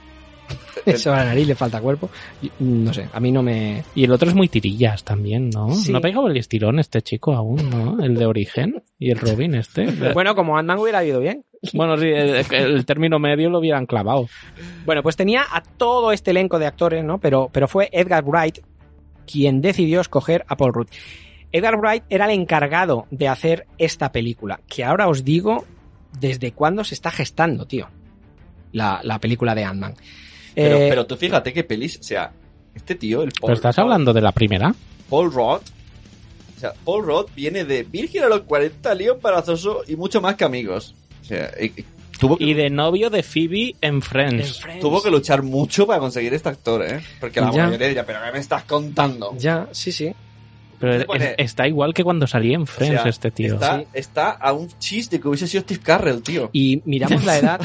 Eh, sobre la nariz, le falta cuerpo. Y, mm, No sé, a mí no me. Y el otro es muy tirillas también, ¿no? Sí. No ha pegado el estirón este chico aún, ¿no? El de origen y el Robin este. Bueno, como Ant-Man hubiera ido bien. Bueno, sí, el, el término medio lo hubieran clavado. Bueno, pues tenía a todo este elenco de actores, ¿no? Pero, pero fue Edgar Wright quien decidió escoger a Paul Rudd. Edgar Wright era el encargado de hacer esta película, que ahora os digo desde cuándo se está gestando, tío. La, la película de Ant-Man. Pero, Eh, pero tú fíjate qué pelis... O sea, este tío, el Paul... ¿Pero estás hablando de la primera? Paul Rudd. O sea, Paul Rudd viene de Virgen a los 40, lío embarazoso y mucho más que amigos. O sea, y- y tuvo que, Y de novio de Phoebe en en Friends. Friends. tuvo que luchar mucho para conseguir este actor, ¿eh? Porque la Ya. mayoría diría, pero ¿qué me estás contando? Ya, sí, sí. Pero Se es- pone- está igual que cuando salía en O sea, Friends este tío. Está, Sí. está a un chiste de que hubiese sido Steve Carrell, tío. Y miramos la edad.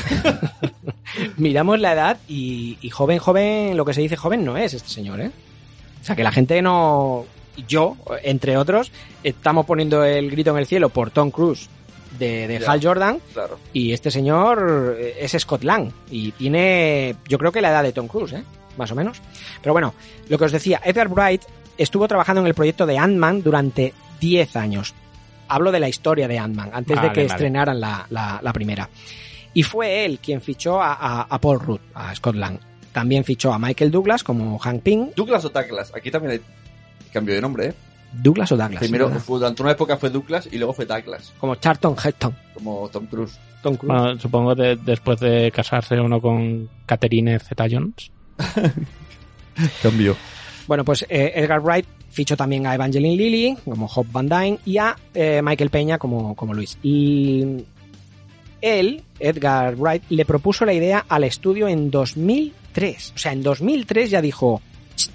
miramos la edad y, y joven, joven, lo que se dice joven no es este señor, ¿eh? O sea, que la gente no. Yo, entre otros, estamos poniendo el grito en el cielo por Tom Cruise de, de Ya. Hal Jordan Claro. y este señor eh, es Scott Lang y tiene, yo creo que la edad de Tom Cruise, ¿eh? Más o menos. Pero bueno, lo que os decía, Edgar Wright estuvo trabajando en el proyecto de Ant-Man durante 10 años. Hablo de la historia de Ant-Man, antes Vale, de que vale. estrenaran la, la- la primera. Y fue él quien fichó a, a- a Paul Rudd, a Scott Lang. También fichó a Michael Douglas como Hank Pym. Douglas o Douglas. Aquí también hay cambio de nombre, ¿eh? Douglas o Douglas. Primero, ¿verdad? fue- durante una época fue Douglas y luego fue Douglas, como Charlton Heston. como Tom Cruise. Tom Cruise. Bueno, supongo de- después de casarse uno con Catherine Zeta-Jones. Cambio. Bueno, pues eh, Edgar Wright fichó también a Evangeline Lilly como Hop Van Dyne y a eh, Michael Peña como, como Luis. Y él, Edgar Wright, le propuso la idea al estudio en 2003. O sea, en 2003 ya dijo, "Ch,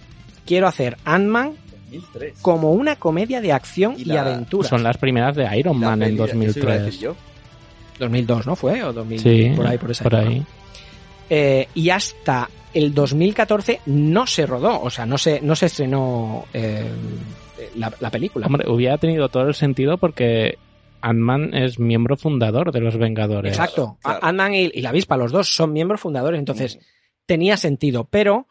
quiero hacer Ant-Man 2003. como una comedia de acción y, Y la- aventura. Son las primeras de Iron Man en Eso iba a 2003. decir yo. 2002, ¿no fue? O 2000, Sí, por ahí, por esa por época, ahí. ¿no? Eh, y hasta el 2014 no se rodó, o sea, no se, no se estrenó eh, la, la película. Hombre, hubiera tenido todo el sentido porque Ant-Man es miembro fundador de los Vengadores. Exacto. Claro. A- Ant-Man y, y la avispa, los dos son miembros fundadores, entonces tenía sentido, pero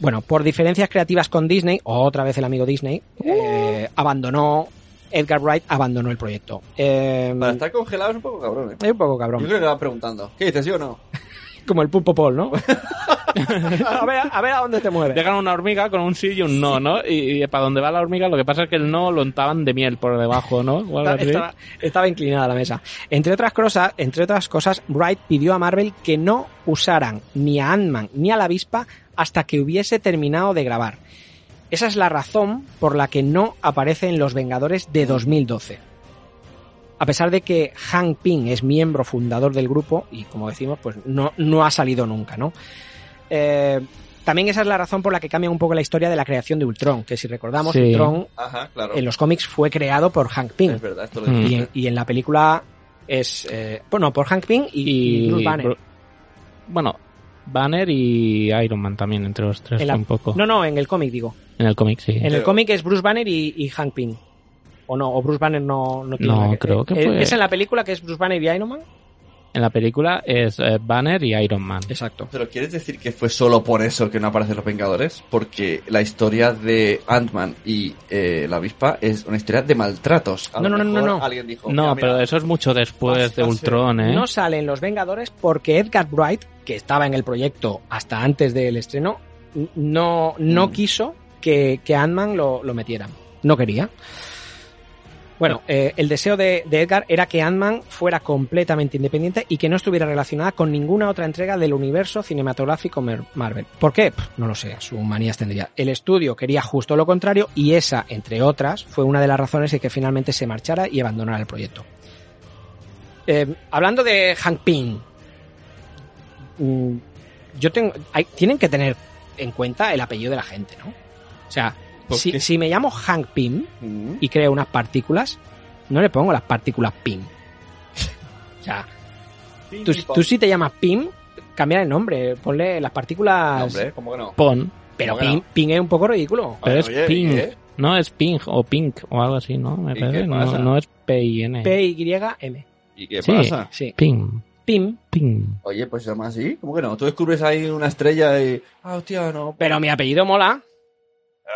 bueno, por diferencias creativas con Disney, otra vez el amigo Disney, eh, abandonó, Edgar Wright abandonó el proyecto. Eh, Para estar congelado es un poco cabrón, ¿eh? es un poco Yo cabrón, creo que le van preguntando. ¿Qué dices, sí o no? como el Pulpo Paul, ¿no? a, ver, a ver a dónde te mueves. Dejan una hormiga con un sí y un no, ¿no? Y, y para donde va la hormiga, lo que pasa es que el no lo untaban de miel por debajo, ¿no? O algo Esta- así. Estaba, estaba inclinada la mesa. Entre otras cosas, entre otras cosas, Wright pidió a Marvel que no usaran ni a Ant-Man ni a la avispa hasta que hubiese terminado de grabar. Esa es la razón por la que no aparece en Los Vengadores de 2012. A pesar de que Hank Pym es miembro fundador del grupo y, como decimos, pues no, no ha salido nunca, ¿no? Eh, también esa es la razón por la que cambia un poco la historia de la creación de Ultron, que si recordamos, Sí. Ultron Ajá, claro. en los cómics fue creado por Hank Pym Es verdad, esto lo Mm. y dijiste. en, y en la película es eh, bueno por Hank Pym y, y Bruce Banner. Bru- Bueno, Banner y Iron Man también, entre los tres, En la- un poco. no no en el cómic digo En el cómic, sí. en el Pero- cómic es Bruce Banner y, y Hank Pym o no o Bruce Banner no no, tiene No, nada creo que eh, fue- es en la película que es Bruce Banner y Iron Man En la película es eh, Banner y Iron Man. exacto Pero ¿quieres decir que fue solo por eso que no aparecen los Vengadores? Porque la historia de Ant-Man y eh, la avispa es una historia de maltratos. A lo No, no, no, mejor no, no. Alguien dijo, No, "Mira, mira, pero eso es mucho después de Ultron, ¿eh? no salen los Vengadores porque Edgar Wright que estaba en el proyecto hasta antes del estreno n- no no quiso que, que Ant-Man lo, lo metiera no quería Bueno, eh, el deseo de, de Edgar era que Ant-Man fuera completamente independiente y que no estuviera relacionada con ninguna otra entrega del universo cinematográfico Mer- Marvel. ¿Por qué? Pff, No lo sé, sus manías tendría. El estudio quería justo lo contrario y esa, entre otras, fue una de las razones de que finalmente se marchara y abandonara el proyecto. Eh, hablando de Hank Pym, mm, yo tengo, hay- tienen que tener en cuenta el apellido de la gente, ¿no? O sea, ¿Por si, qué? si me llamo Hank Pym, mm, y creo unas partículas, no le pongo las partículas PIM. O sea, tú, tú si te llamas PIM, cambia el nombre, ponle las no, partículas. hombre, ¿cómo que no? Pon. pero ¿cómo que PIM, PIM es un poco ridículo. Pero es Oye, eh, ¿y Pink. qué? No, es Pink o Pink o algo así, ¿no? Me ¿Y parece. qué No, pasa? no es P-I-N. P-Y-M. ¿Y qué Sí. Eh. pasa? Sí. Pim. PIM. Pim. Oye, pues se llama así. ¿Cómo que no? Tú descubres ahí una estrella y... Ah, hostia, no. Pero mi apellido mola.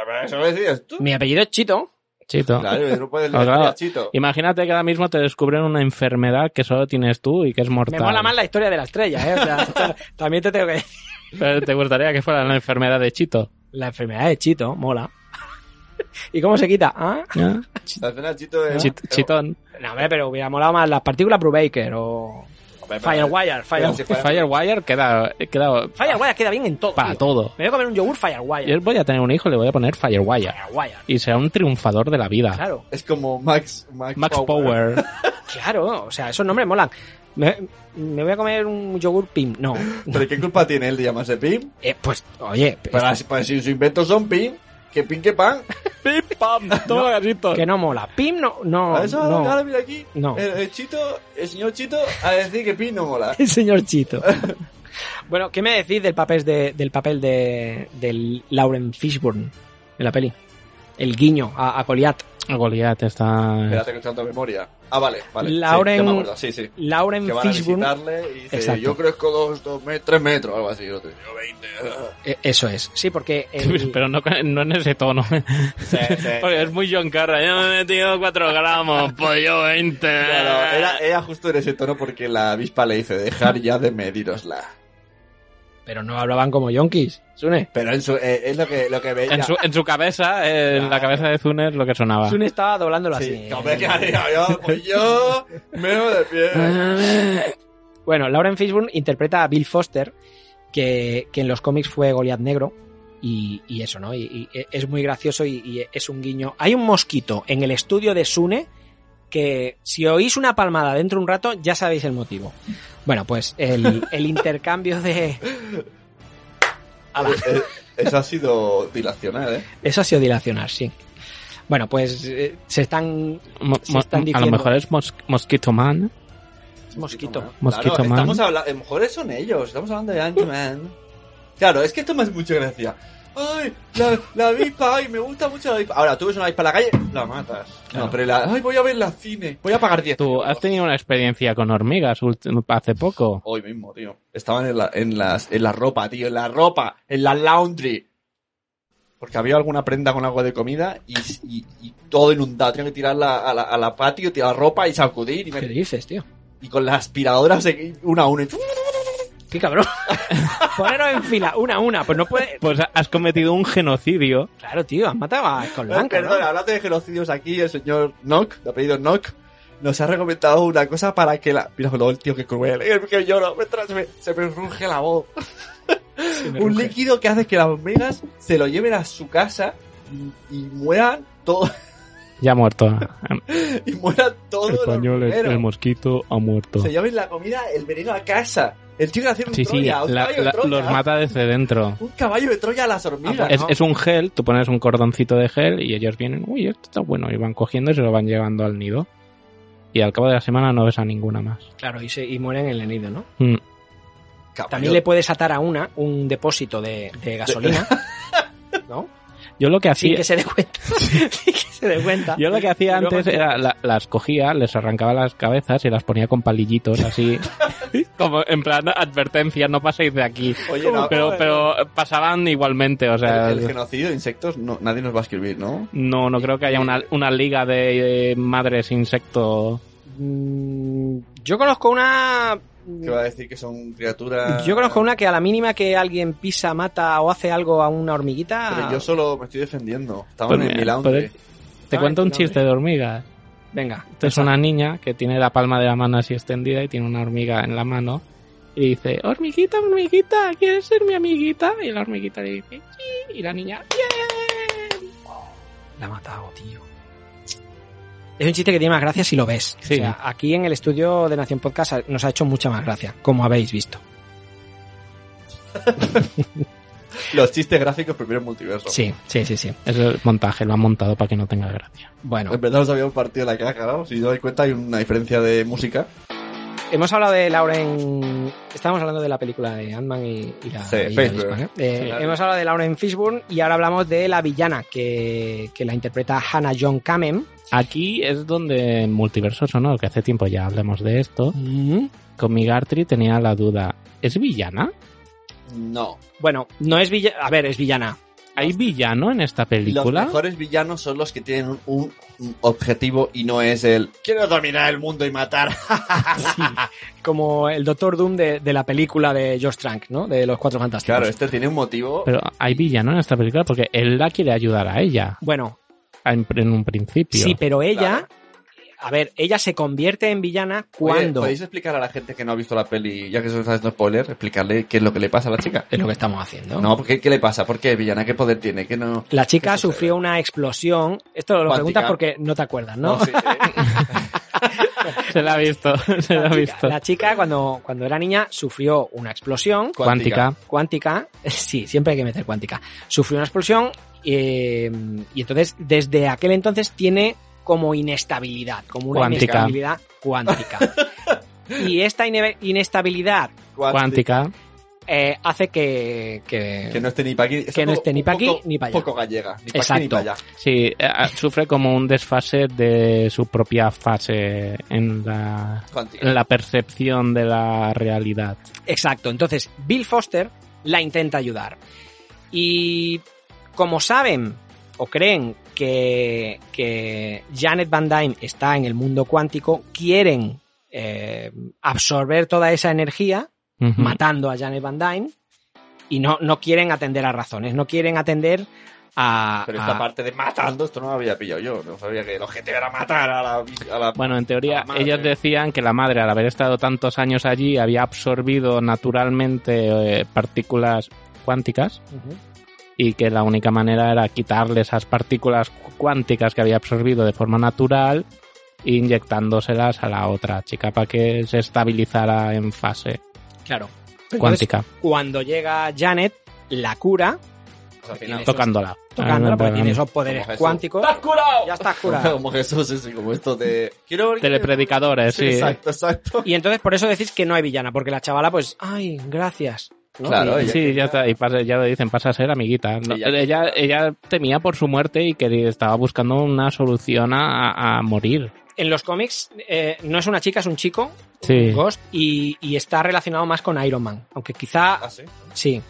Pero Eso lo decías tú. Mi apellido es Chito. Chito. Claro, el grupo del No, claro. del chito. Imagínate que ahora mismo te descubren una enfermedad que solo tienes tú y que es Me mortal. mola más la historia de la estrella, ¿eh? O sea, también te tengo que decir. Pero ¿Te gustaría que fuera la enfermedad de Chito? La enfermedad de Chito mola. ¿Y cómo se quita? ¿Ah? ¿Eh? Al final chito es... Chit- Chitón. No, hombre, pero hubiera molado más las partículas Brubaker o Hombre, pero- eh, Firewire. pero Firewire, si fuera- Firewire queda, queda Firewire queda bien en todo. para tío. todo. Me voy a comer un yogur Firewire. Yo voy a tener un hijo, le voy a poner Firewire. Firewire. Y será un triunfador de la vida. Claro, Es como Max... Max, Max Power. claro, o sea, esos nombres molan. Me, me voy a comer un yogur Pim. No. ¿Pero qué culpa tiene él de llamarse Pim? Eh, pues, oye, Para, para si sus inventos son pin, que pin que pan. ¡Pim, pam! Toma, gatito. que no mola. Pim no. No. a eso no. ahora mira aquí. No. El, el chito, el señor chito, a decir que pin no mola. El señor Chito. bueno, ¿qué me decís del papel de, del papel de del Lauren Fishburne en la peli? El guiño a, a Goliath. Goliath está... Espérate que tanto memoria. Ah, vale, vale. Lauren- Sí, ya me acuerdo, sí, sí. Lauren Que van a Fishburne. visitarle y dice, Exacto. yo crezco dos, dos metros, tres metros, algo así. Y el otro, Yo 20. eh, eso es. Sí, porque. el- Pero no, no en ese tono. Sí, sí. Porque es muy John Carra. Yo me he metido 4 gramos, pues yo 20. Claro, era, era justo en ese tono porque la avispa le dice, dejar ya de medirosla. pero no hablaban como yonkis. Sune. Pero en su- eh, es lo que, lo que veía. En su, en su cabeza, eh, en la cabeza de Zune es lo que sonaba. Sune estaba doblándolo Ah. Sí, así. no me quedaría yo, pues yo me voy de pie. Bueno, Lauren Fishburne interpreta a Bill Foster, que, que en los cómics fue Goliath Negro. Y, y eso, ¿no? Y, y es muy gracioso y, y es un guiño. Hay un mosquito en el estudio de Sune que si oís una palmada dentro de un rato ya sabéis el motivo. Bueno, pues el, el intercambio de... Ala. Eh, Eso ha sido dilacional, ¿eh? Eso ha sido dilacionar, sí. Bueno, pues eh, se están, Mo- se mo- están a diciendo... lo mejor es mos- Mosquito Man. es mosquito. Mosquito claro, Man. Estamos hablando, a lo mejor son ellos, estamos hablando de Ant-Man. Claro, es que esto me hace mucha gracia. Ay, la, la avispa, ay, me gusta mucho la avispa. Ahora, tú ves una avispa en la calle, la matas. No, pero la, ay, voy a ver la cine, voy a pagar 10. Tú has tenido una experiencia con hormigas ulti- hace poco. Hoy mismo, tío. Estaban en la, en, las, en la ropa, tío, en la ropa, en la laundry. Porque había alguna prenda con algo de comida y, y- y todo inundado. Tenía que tirarla a la, a la patio, tirar la ropa y sacudir. Y, me- ¿Qué dices, tío? y con la aspiradora se- una a una. y- ¡Qué cabrón! Poneros en fila, una a una. Pues no puede... Pues has cometido un genocidio. Claro, tío, has matado a Perdón, Colblanca, perdona, hablando de genocidios aquí, el señor Nock, de apellido Nock, nos ha recomendado una cosa para que la. Mira, el tío, que cruel, eh, que lloro, me tra- se me, se me ruge la voz. Un líquido que hace que las hormigas se lo lleven a su casa y, y mueran todo. Ya ha muerto. Y mueran todo El los español, el, hormigueros. el mosquito ha muerto. Se lleven la comida, el veneno a casa. El tío que hace un Sí, sí, Troya, un la- caballo de la- Troya. los Ah, mata desde dentro. Un caballo de Troya a las hormigas. Es, es un gel, tú pones un cordoncito de gel y ellos vienen, uy, esto está bueno, y van cogiendo y se lo van llevando al nido. Y al cabo de la semana no ves a ninguna más. Claro, y, se, y mueren en el nido, ¿no? Mm. Caballo- También le puedes atar a una un depósito de, de gasolina, ¿no? Yo lo que Sin hacía, que se dé cuenta. Sin que se dé cuenta. yo lo que hacía Y luego- antes era la- las cogía, les arrancaba las cabezas y las ponía con palillitos así, como en plan advertencia, no paséis de aquí. Oye, no, eh. pero, pero pasaban igualmente, o sea, el, el genocidio de insectos no, nadie nos va a escribir, ¿no? no, no creo que haya una, una liga de eh, madres insecto. Mm, Yo conozco una. Que va a decir que son criaturas. Mm. Yo conozco una que a la mínima que alguien pisa, mata o hace algo a una hormiguita. Pero yo solo me estoy defendiendo. Estaban Pues en mira, mi lounge. Te Ah, cuento un no, eh. chiste de hormigas. Venga. Entonces una niña que tiene la palma de la mano así extendida y tiene una hormiga en la mano y dice, hormiguita, hormiguita, ¿quieres ser mi amiguita? Y la hormiguita le dice, sí, y la niña, bien. La ha matado, tío. Es un chiste que tiene más gracia si lo ves. Sí. O sea, aquí en el estudio de Nación Podcast nos ha hecho mucha más gracia, como habéis visto. Los chistes gráficos primero en multiverso. Sí, sí, sí, sí. Es el montaje, lo han montado para que no tenga gracia. Bueno, En verdad nos habíamos partido la caja, ¿no? Si os dais cuenta hay una diferencia de música. hemos hablado de Lauren. Estábamos hablando de la película de Ant-Man y, y la. Sí, y la Facebook. avispa, ¿eh? Eh, Sí, claro. Hemos hablado de Lauren Fishburne y ahora hablamos de la villana que, que la interpreta Hannah John Kamen. Aquí es donde en Multiverso Sonoro, que hace tiempo ya hablamos de esto, Mm. con mi Gartry tenía la duda, ¿es villana? No. Bueno, no es villana. A ver, es villana. ¿Hay villano en esta Los película? mejores villanos son los que tienen un, un- un objetivo y no es el quiero dominar el mundo y matar. Como el Doctor Doom de, de la película de Josh Trank, ¿no? De los Cuatro Fantásticos. claro, este tiene un motivo. Pero hay villano en esta película porque él la quiere ayudar a ella Bueno, en, en un principio. sí, pero ella. A ver, ella se convierte en villana Oye, pues, cuando. ¿Podéis explicar a la gente que no ha visto la peli, ya que se os está haciendo spoiler, explicarle qué es lo que le pasa a la chica? Es lo que estamos haciendo. No, porque ¿qué le pasa? ¿Por qué villana? ¿Qué poder tiene? ¿Qué no? La chica ¿Qué sucede? sufrió una explosión. Esto lo Cuántica. preguntas porque no te acuerdas, ¿no? sí, sí. Se la ha visto, se la ha visto. La chica cuando, cuando era niña sufrió una explosión Cuántica. cuántica, sí, siempre hay que meter cuántica, sufrió una explosión eh, y entonces desde aquel entonces tiene como inestabilidad, como una Cuántica. inestabilidad cuántica. y esta ine- inestabilidad Cuántica. eh, hace que... que- Que no esté ni para aquí. Es Que un no poco- esté ni un pa' aquí poco- ni pa' allá. poco gallega. Ni para aquí ni Exacto. para allá. Sí, eh, sufre como un desfase de su propia fase en la, Cuántica. en la percepción de la realidad. Exacto, entonces Bill Foster la intenta ayudar. Y como saben o creen que, que Janet Van Dyne está en el mundo cuántico, quieren eh, absorber toda esa energía Ujú. matando a Janet Van Dyne y no, no quieren atender a razones, no quieren atender a... Pero a- esta parte de matando, esto no lo había pillado yo. No sabía que el objetivo era matar a la. A la... Bueno, en La teoría, madre. ellos decían que la madre, al haber estado tantos años allí, había absorbido naturalmente eh, partículas cuánticas Ujú. y que la única manera era quitarle esas partículas cu- cuánticas que había absorbido de forma natural e inyectándoselas a la otra chica para que se estabilizara en fase Claro. Entonces, cuántica. cuando llega Janet, la cura al final. Tocándola. Ah, Tocándola, porque tiene esos Como poderes Jesús. cuánticos. ¡Estás curado! Ya estás curado. Como Jesús, sí, sí, como esto de... Quiero... Telepredicadores, sí. Exacto, exacto. Y entonces por eso decís que no hay villana, porque la chavala, pues, ay, gracias. ¿no? Claro, Y- ella- sí, ya está, y pasa- ya lo dicen, pasa a ser amiguita. No, Ella- ella, ella temía por su muerte y que estaba buscando una solución a, a morir. En los cómics eh, no es una chica, es un chico, Sí. Ghost, y, y está relacionado más con Iron Man. Aunque quizá, Ah, sí? sí,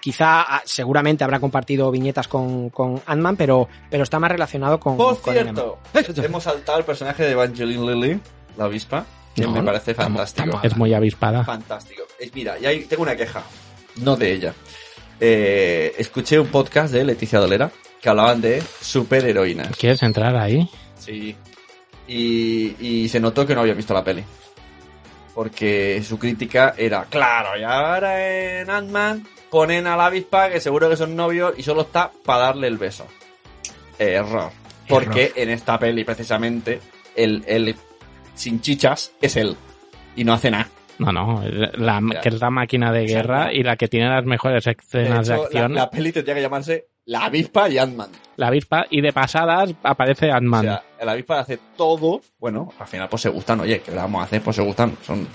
quizá ah, seguramente habrá compartido viñetas con, con Ant-Man, pero, pero está más relacionado con. Por con cierto, Iron Man. hemos saltado el personaje de Evangeline Lilly, la avispa, que No, me parece está mo- fantástico. está mo- Es muy avispada. Fantástico. Eh, Mira, y ahí tengo una queja. No de ella. Eh, escuché un podcast de Leticia Dolera que hablaban de superheroínas. ¿Quieres entrar ahí? Sí. Y, y se notó que no había visto la peli. Porque su crítica era, claro, y ahora en Ant-Man ponen a la avispa que seguro que son novios y solo está para darle el beso. Error. Porque en esta peli, precisamente, el, el sin chichas es él. Y no hace nada. No, no, la, Ya. que es la máquina de guerra y la que tiene las mejores De escenas de, hecho, la, acción, la, la peli tendría que llamarse La avispa y Ant-Man. avispa, y de pasadas aparece O Ant-Man. sea, la avispa hace todo. Bueno, al final pues se gustan. Oye, ¿qué le vamos a hacer? Pues se gustan. Son,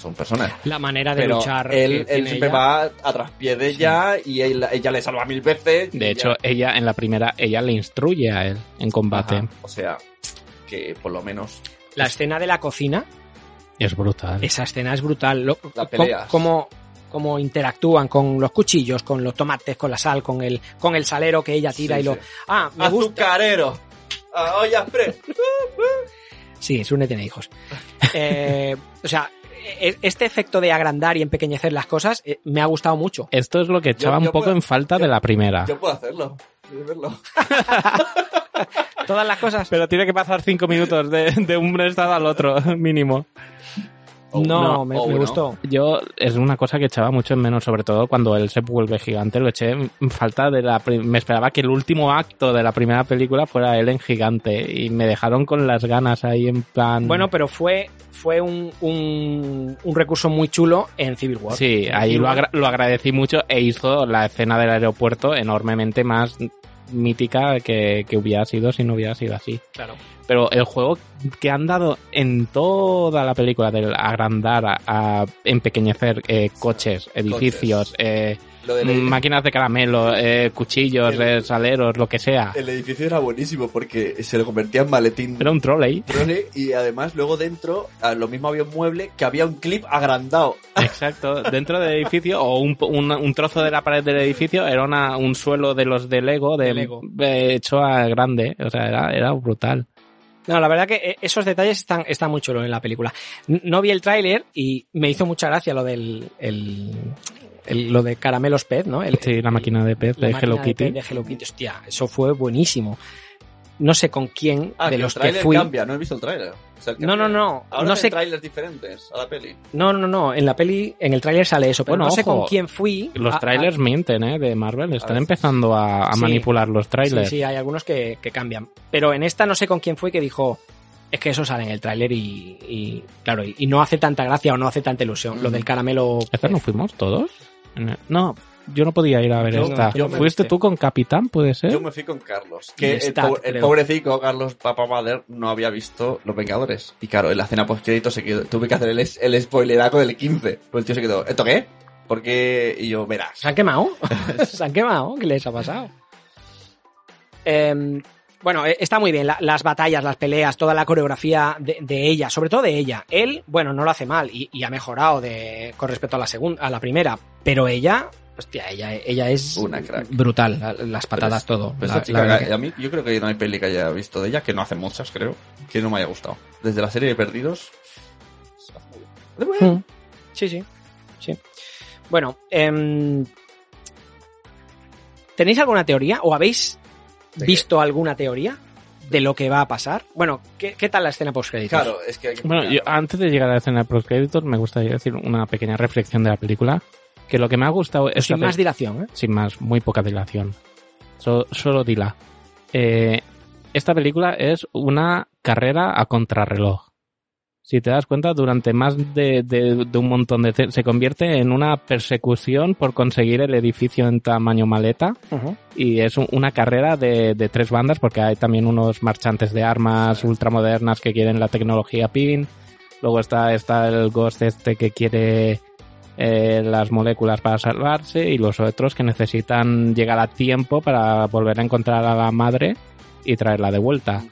son personas. La manera de Pero luchar. que él, él tiene siempre ella. va a traspié de ella y él- ella le salva mil veces. y de hecho, ya. ella en la primera, ella le instruye a él en combate. Ajá. O sea, que por lo menos La escena de la cocina, Y es brutal. esa escena es brutal. Lo- La co- pelea. Como, como interactúan con los cuchillos, con los tomates, con la sal, con el, con el salero que ella tira Sí, y lo. sí. Ah, me gusta. azucarero. Ah, A ollas pre. Sí, Sune tiene hijos. Eh, o sea, e- este efecto de agrandar y empequeñecer las cosas eh, me ha gustado mucho. Esto es lo que echaba yo un poco puedo- en falta yo- de la Ah. primera. Yo puedo hacerlo. puedo verlo. Todas las cosas. Pero tiene que pasar cinco minutos de, de un estado al otro, mínimo. O no, uno, me, o me uno. gustó. Yo es una cosa que echaba mucho en menos, sobre todo cuando él se vuelve gigante, lo eché en falta de la... pri- Me esperaba que el último acto de la primera película fuera él en gigante y me dejaron con las ganas ahí en plan... Bueno, pero fue, fue un, un, un recurso muy chulo en Civil War. Sí, ahí lo, agra- lo agradecí mucho e hizo la escena del aeropuerto enormemente más mítica que, que hubiera sido si no hubiera sido así. Claro. Pero el juego que han dado en toda la película del agrandar, a, a empequeñecer eh, coches, edificios, eh, Lo Mm, del- máquinas de caramelo, eh, cuchillos, El- eh, saleros, lo que sea. El edificio era buenísimo porque se lo convertía en maletín. Era un trolley. Trole, y además luego dentro a lo mismo había un mueble que había un clip agrandado Exacto, dentro del edificio o un, un- un trozo de la pared del edificio era una- un suelo de los de Lego, de, De Lego. eh, hecho a grande, o sea, era, era brutal. No, la verdad que eh, esos detalles están, están muy chulos en la película. N- No vi el tráiler y me hizo mucha gracia lo del el- el- lo de caramelos pez, ¿no? El- Sí, la máquina de pez la de máquina Hello Kitty. pez de Hello Kitty. Hostia, eso fue buenísimo. No sé con quién Ah, de que los el que tráiler fui. cambia, no he visto el tráiler. O sea, que No, no, había- no. Ahora no hacen sé trailers diferentes a la peli. No, no, no. En la peli, en el tráiler sale eso, pero Bueno, no sé ojo, con quién fui. Los A- a- trailers mienten, ¿eh? De Marvel. Están ver. empezando a, a ah. Sí. manipular los Sí, trailers. sí, hay algunos que, que cambian. Pero en esta no sé con quién fui que dijo. Es que eso sale en el tráiler y, y, claro, y, y no hace tanta gracia o no hace tanta ilusión. Lo del caramelo. ¿Estas no fuimos todos? No, yo no podía ir a ver Yo- esta. yo me ¿Fuiste fui. tú con Capitán, puede ser? Yo me fui con Carlos, que ¿Eh? Y el, Stat, pobre- el creo. pobrecito Carlos Papa Vader no había visto Los Vengadores. Y claro, en la escena post crédito se quedó, tuve que hacer el, es- el spoileraco del 15. Pues el tío se quedó, ¿esto qué? Porque y yo, verás. ¿Se han quemado? ¿Se han quemado? ¿Qué les ha pasado? Em, bueno, eh, está muy bien. la- las batallas, las peleas, toda la coreografía de, de ella, sobre todo de ella. Él, bueno, no lo hace mal y, y ha mejorado de, con respecto a la segunda, a la primera. Pero ella, hostia, ella, ella es Una crack. brutal. la- las patadas, todo. Pues la- esta chica, la verdad a mí, yo creo que no hay peli que haya visto de ella, que no hace muchas, creo, que no me haya gustado. Desde la serie de Perdidos. se hace muy bien. que- Mm. Sí, sí, sí. Bueno, em, ¿tenéis alguna teoría o habéis ¿De qué? visto alguna teoría de lo que va a pasar? Bueno, ¿qué, qué tal la escena post Claro, es que hay que Bueno, yo, antes de llegar a la escena de post créditos me gustaría decir una pequeña reflexión de la película. Que lo que me ha gustado Pues es... Sin la más pe- dilación, ¿eh? sin más, muy poca dilación. So- solo dila. Eh, esta película es una carrera a contrarreloj. si te das cuenta, durante más de, de- de un montón de... Se convierte en una persecución por conseguir el edificio en tamaño maleta y es un- una carrera de, de tres bandas porque hay también unos marchantes de armas ultramodernas que quieren la tecnología PIN. Luego está, está el Ghost este que quiere eh, las moléculas para salvarse y los otros que necesitan llegar a tiempo para volver a encontrar a la madre y traerla de vuelta.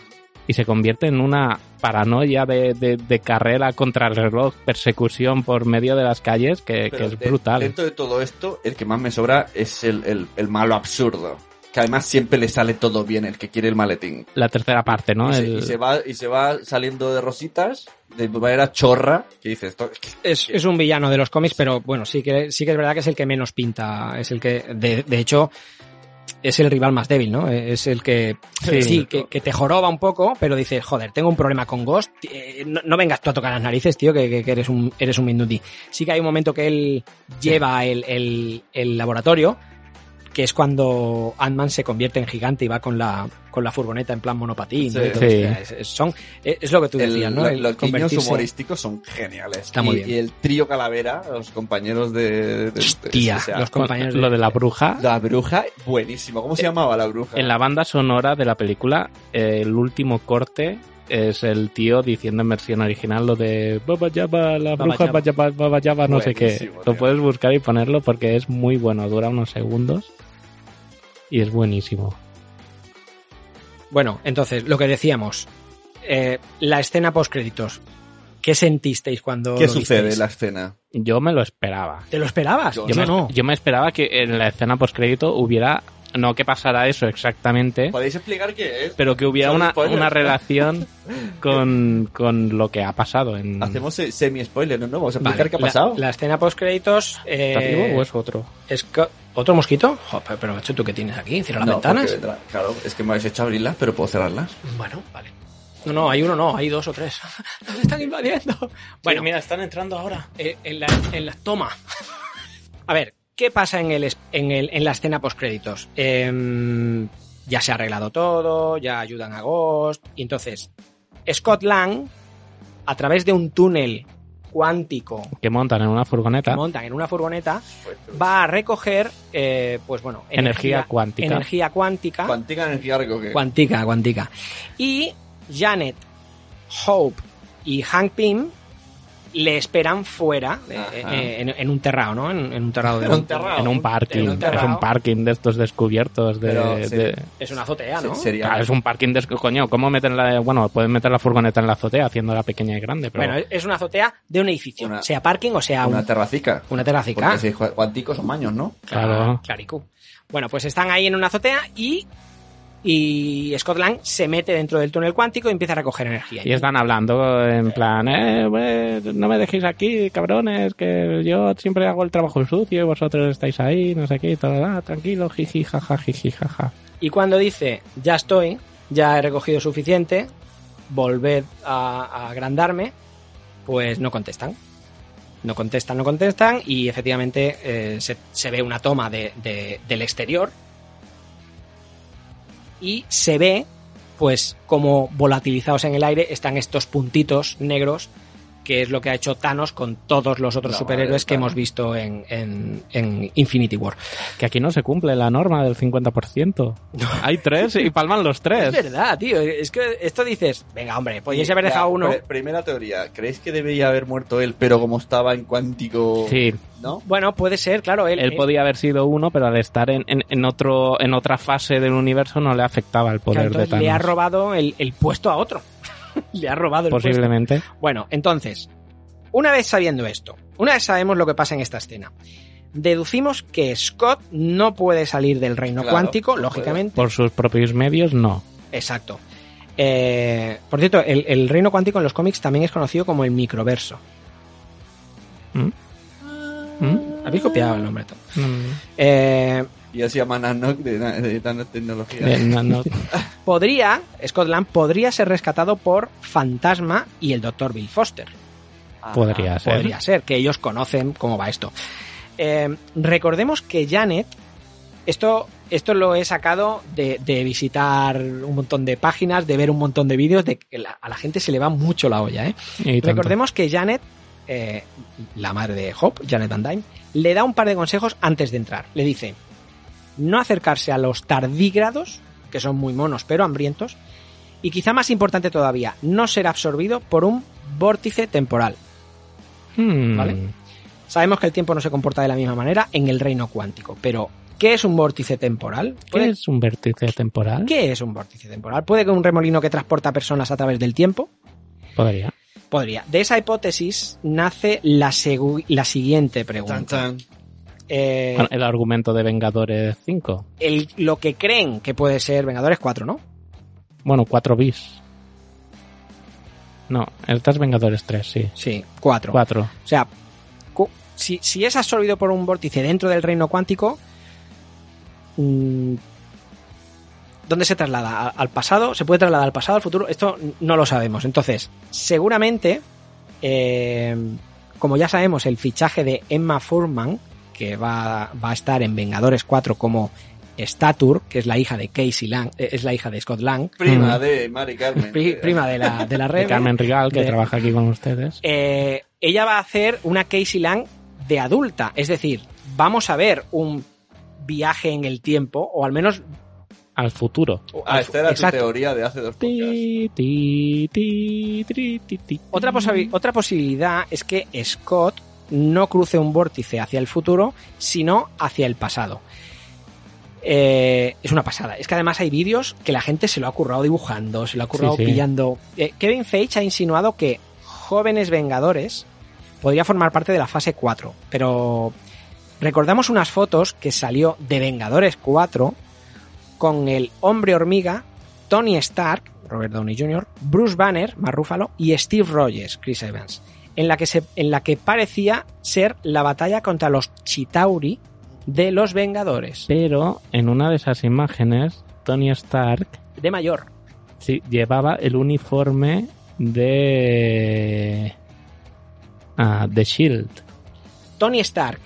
Y se convierte en una paranoia de, de, de carrera contra el reloj, persecución por medio de las calles que, que Pero es de- brutal. dentro de todo esto, el que más me sobra es el, el- el malo absurdo. Que además siempre le sale todo bien el que quiere el maletín. La tercera parte, ¿no? Y, se, El- y se va, y se va saliendo de rositas de manera chorra. Que dices, esto, Es, es un villano de los cómics, pero bueno, sí que, sí que es verdad que es el que menos pinta. Es el que, de, de hecho, es el rival más débil, ¿no? Eh, Es el que Sí. sí, que, que te joroba un poco, pero dices, joder, tengo un problema con Ghost. eh, no, no vengas tú a tocar las narices, tío, que, que- que eres un eres un Mindundi. Sí que hay un momento que él lleva el, el- el laboratorio, que es cuando Ant-Man se convierte en gigante y va con la, con la furgoneta en plan monopatín. ¿no? Y todo Sí. esto. Es, es- son, es lo que tú El- decías, ¿no? lo- El los guiños convertirse- humorísticos son geniales. Está muy y, bien. y el trío Calavera, los compañeros de. de- de- Hostia, o sea, los con- compañeros de- lo de la bruja. La bruja, buenísimo. ¿Cómo se llamaba la bruja? En la banda sonora de la película, eh, el último corte es el tío diciendo en versión original lo de Baba Yaga, la Baba bruja Yaga. Baba Yaga, Baba Yaga", no sé qué. Buenísimo, Lo tío. puedes buscar y ponerlo porque es muy bueno, dura unos segundos y es buenísimo. Bueno, entonces, lo que decíamos, eh, la escena post-créditos. ¿Qué sentisteis cuando ¿Qué lo sucede visteis? en la escena? Yo me lo esperaba. ¿Te lo esperabas? Yo, Yo me, no. yo me esperaba que en la escena postcrédito hubiera, no que pasara eso exactamente, ¿Podéis explicar qué es? pero que hubiera Son una, spoilers. una relación con, con lo que ha pasado en... Hacemos eh, semi-spoiler, ¿no? Vamos a Vale, explicar qué ha la- pasado. La, escena post-créditos... eh, ¿Está vivo pues. o es otro? es co- ¿Otro mosquito? Jo, pero- pero macho, ¿tú qué tienes aquí? ¿Cierra las No, ventanas? porque vendrá- Claro, es que me habéis hecho abrirlas, pero puedo cerrarlas. Bueno, vale. No, no, hay uno no, hay dos o tres. ¡Nos están invadiendo! Bueno, mira, están entrando ahora. eh, en, la, en la toma. A ver, ¿qué pasa en, el, es- en, el- en la escena postcréditos? Em, ya se ha arreglado todo, ya ayudan a Ghost. Y entonces, Scott Lang, a través de un túnel cuántico Que montan en una que furgoneta. montan en una furgoneta, va a recoger, eh, pues bueno, Energía cuántica. Energía cuántica. Cuantica energía recoge. Cuántica, cuántica. Y Janet, Hope y Hank Pym le esperan fuera, eh, Ajá. eh, en, en un terrado, ¿no? En, en un terrado de En un terrado. en un parking. en un es terrao. un parking de estos descubiertos. De, Pero, sí. de- Es una azotea, ¿no? Sí, sería- Claro, es un parking de coño. ¿Cómo meten la bueno? Pueden meter la furgoneta en la azotea, haciéndola pequeña y grande. Pero Bueno, es- es una azotea de un edificio, Una- sea parking o sea Una un- terracica. una terracica. Porque si es cuánticos son maños, ¿no? Claro. Clarico. Bueno, pues están ahí en una azotea y, y Scott Lang se mete dentro del túnel cuántico y empieza a recoger energía. y están hablando en plan, eh, pues, no me dejéis aquí, cabrones, que yo siempre hago el trabajo sucio y vosotros estáis ahí, no sé qué, y todo, ah, tranquilo, jiji, jaja, jiji, jaja. Y cuando dice, ya estoy, ya he recogido suficiente, volved a, a agrandarme, pues no contestan. No contestan, no contestan, y efectivamente eh, se, se ve una toma de- de- del exterior. Y se ve, pues, como volatilizados en el aire están estos puntitos negros, que es lo que ha hecho Thanos con todos los otros La superhéroes madre, que Thanos. hemos visto en- en- en Infinity War. Que aquí no se cumple la norma del 50%. Hay tres y palman los Es tres. verdad, tío. Es que esto dices, venga, hombre, podíais haber Ya, dejado uno. pre- primera teoría. ¿Creéis que debería haber muerto él, pero como estaba en cuántico... Sí, ¿No? Bueno, puede ser, claro. Él, eh, él él- podía haber sido uno, pero al estar en, en- en otro en otra fase del universo no le afectaba el claro, poder de entonces le ha Thanos. robado el, el puesto a otro. le ha robado el Posiblemente. puesto. Bueno, entonces, una vez sabiendo esto, una vez sabemos lo que pasa en esta escena, deducimos que Scott no puede salir del reino Claro, cuántico, no puede. lógicamente. Por sus propios medios, no. Exacto. Eh, por cierto, el, el reino cuántico en los cómics también es conocido como el microverso. ¿Mm? Habéis copiado el nombre. tú. Mm. Eh, Y así llama Nanok de, na- de nanotecnología. Eh, no, no. podría, Scott Lang podría ser rescatado por Fantasma y el Dr. Bill Foster. Podría ser. Ah, Podría ser, que ellos conocen cómo va esto. Eh, recordemos que Janet, esto esto lo he sacado de, de visitar un montón de páginas, de ver un montón de vídeos, de que la- a la gente se le va mucho la olla, ¿eh? Y tanto. Recordemos que Janet, eh, la madre de Hop, Janet Andine, le da un par de consejos antes de entrar. Le dice, no acercarse a los tardígrados, que son muy monos pero hambrientos, y quizá más importante todavía, no ser absorbido por un vórtice temporal. Hmm. ¿Vale? Sabemos que el tiempo no se comporta de la misma manera en el reino cuántico, pero ¿qué es un vórtice temporal? ¿Qué Puede- es un vértice temporal? ¿Qué es un vórtice temporal? ¿Puede que un remolino que transporta personas a través del tiempo? Podría. Eh, Podría. De esa hipótesis nace la, segu- la siguiente pregunta. Eh, Bueno, el argumento de Vengadores 5. el- lo que creen que puede ser Vengadores 4, ¿no? Bueno, 4 bis. No, estás Vengadores 3, sí. Sí, 4. 4. O sea, cu- si, si es absorbido por un vórtice dentro del reino cuántico, mm, ¿dónde se traslada? ¿Al- ¿Al pasado? ¿Se puede trasladar al pasado, al futuro? Esto no lo sabemos. Entonces, seguramente, eh, como ya sabemos, el fichaje de Emma Furman, que va, va a estar en Vengadores 4 como Statur, que es la hija de Casey Lang, eh, es la hija de Scott Lang, Prima de Mari Carmen. Mm. pri- prima de la, de la De Rebel, Carmen Rigal, que de- trabaja aquí con ustedes. eh, ella va a hacer una Casey Lang de adulta. Es decir, vamos a ver un viaje en el tiempo, o al menos. Al futuro. Ah, esta era Exacto. tu teoría de hace dos podcasts. Ti, ti, ti, tri, ti, ti. Otra, posabi- Mm. otra posibilidad es que Scott no cruce un vórtice hacia el futuro, sino hacia el pasado. Eh, es una pasada. Es que además hay vídeos que la gente se lo ha currado dibujando, se lo ha currado sí. pillando. Eh, Kevin Feige ha insinuado que Jóvenes Vengadores podría formar parte de la fase 4, pero recordamos unas fotos que salió de Vengadores 4 con el Hombre Hormiga, Tony Stark, Robert Downey Jr., Bruce Banner, Mark Ruffalo, y Steve Rogers, Chris Evans, en la que, se, en la que parecía ser la batalla contra los Chitauri de los Vengadores, Pero en una de esas imágenes, Tony Stark de mayor. sí, llevaba el uniforme de. Ah, de Shield. Tony Stark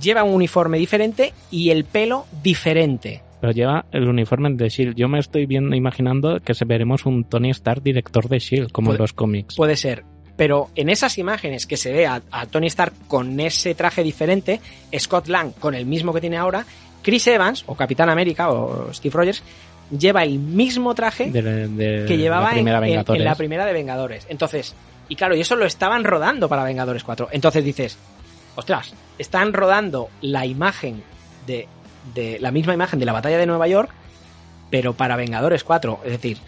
lleva un uniforme diferente y el pelo diferente. Pero lleva el uniforme de Shield. E Yo me estoy viendo, imaginando que se veremos un Tony Stark director de Shield, E como en Puede- los cómics. Puede ser. Pero en esas imágenes que se ve a, a Tony Stark con ese traje diferente, Scott Lang con el mismo que tiene ahora, Chris Evans, o Capitán América, o Steve Rogers, lleva el mismo traje de, de que llevaba la en- primera en, en Vengadores. la primera de Vengadores. Entonces, y claro, y eso lo estaban rodando para Vengadores 4. Entonces dices, ostras, están rodando la imagen de, de la misma imagen de la batalla de Nueva York, pero para Vengadores 4. Es decir,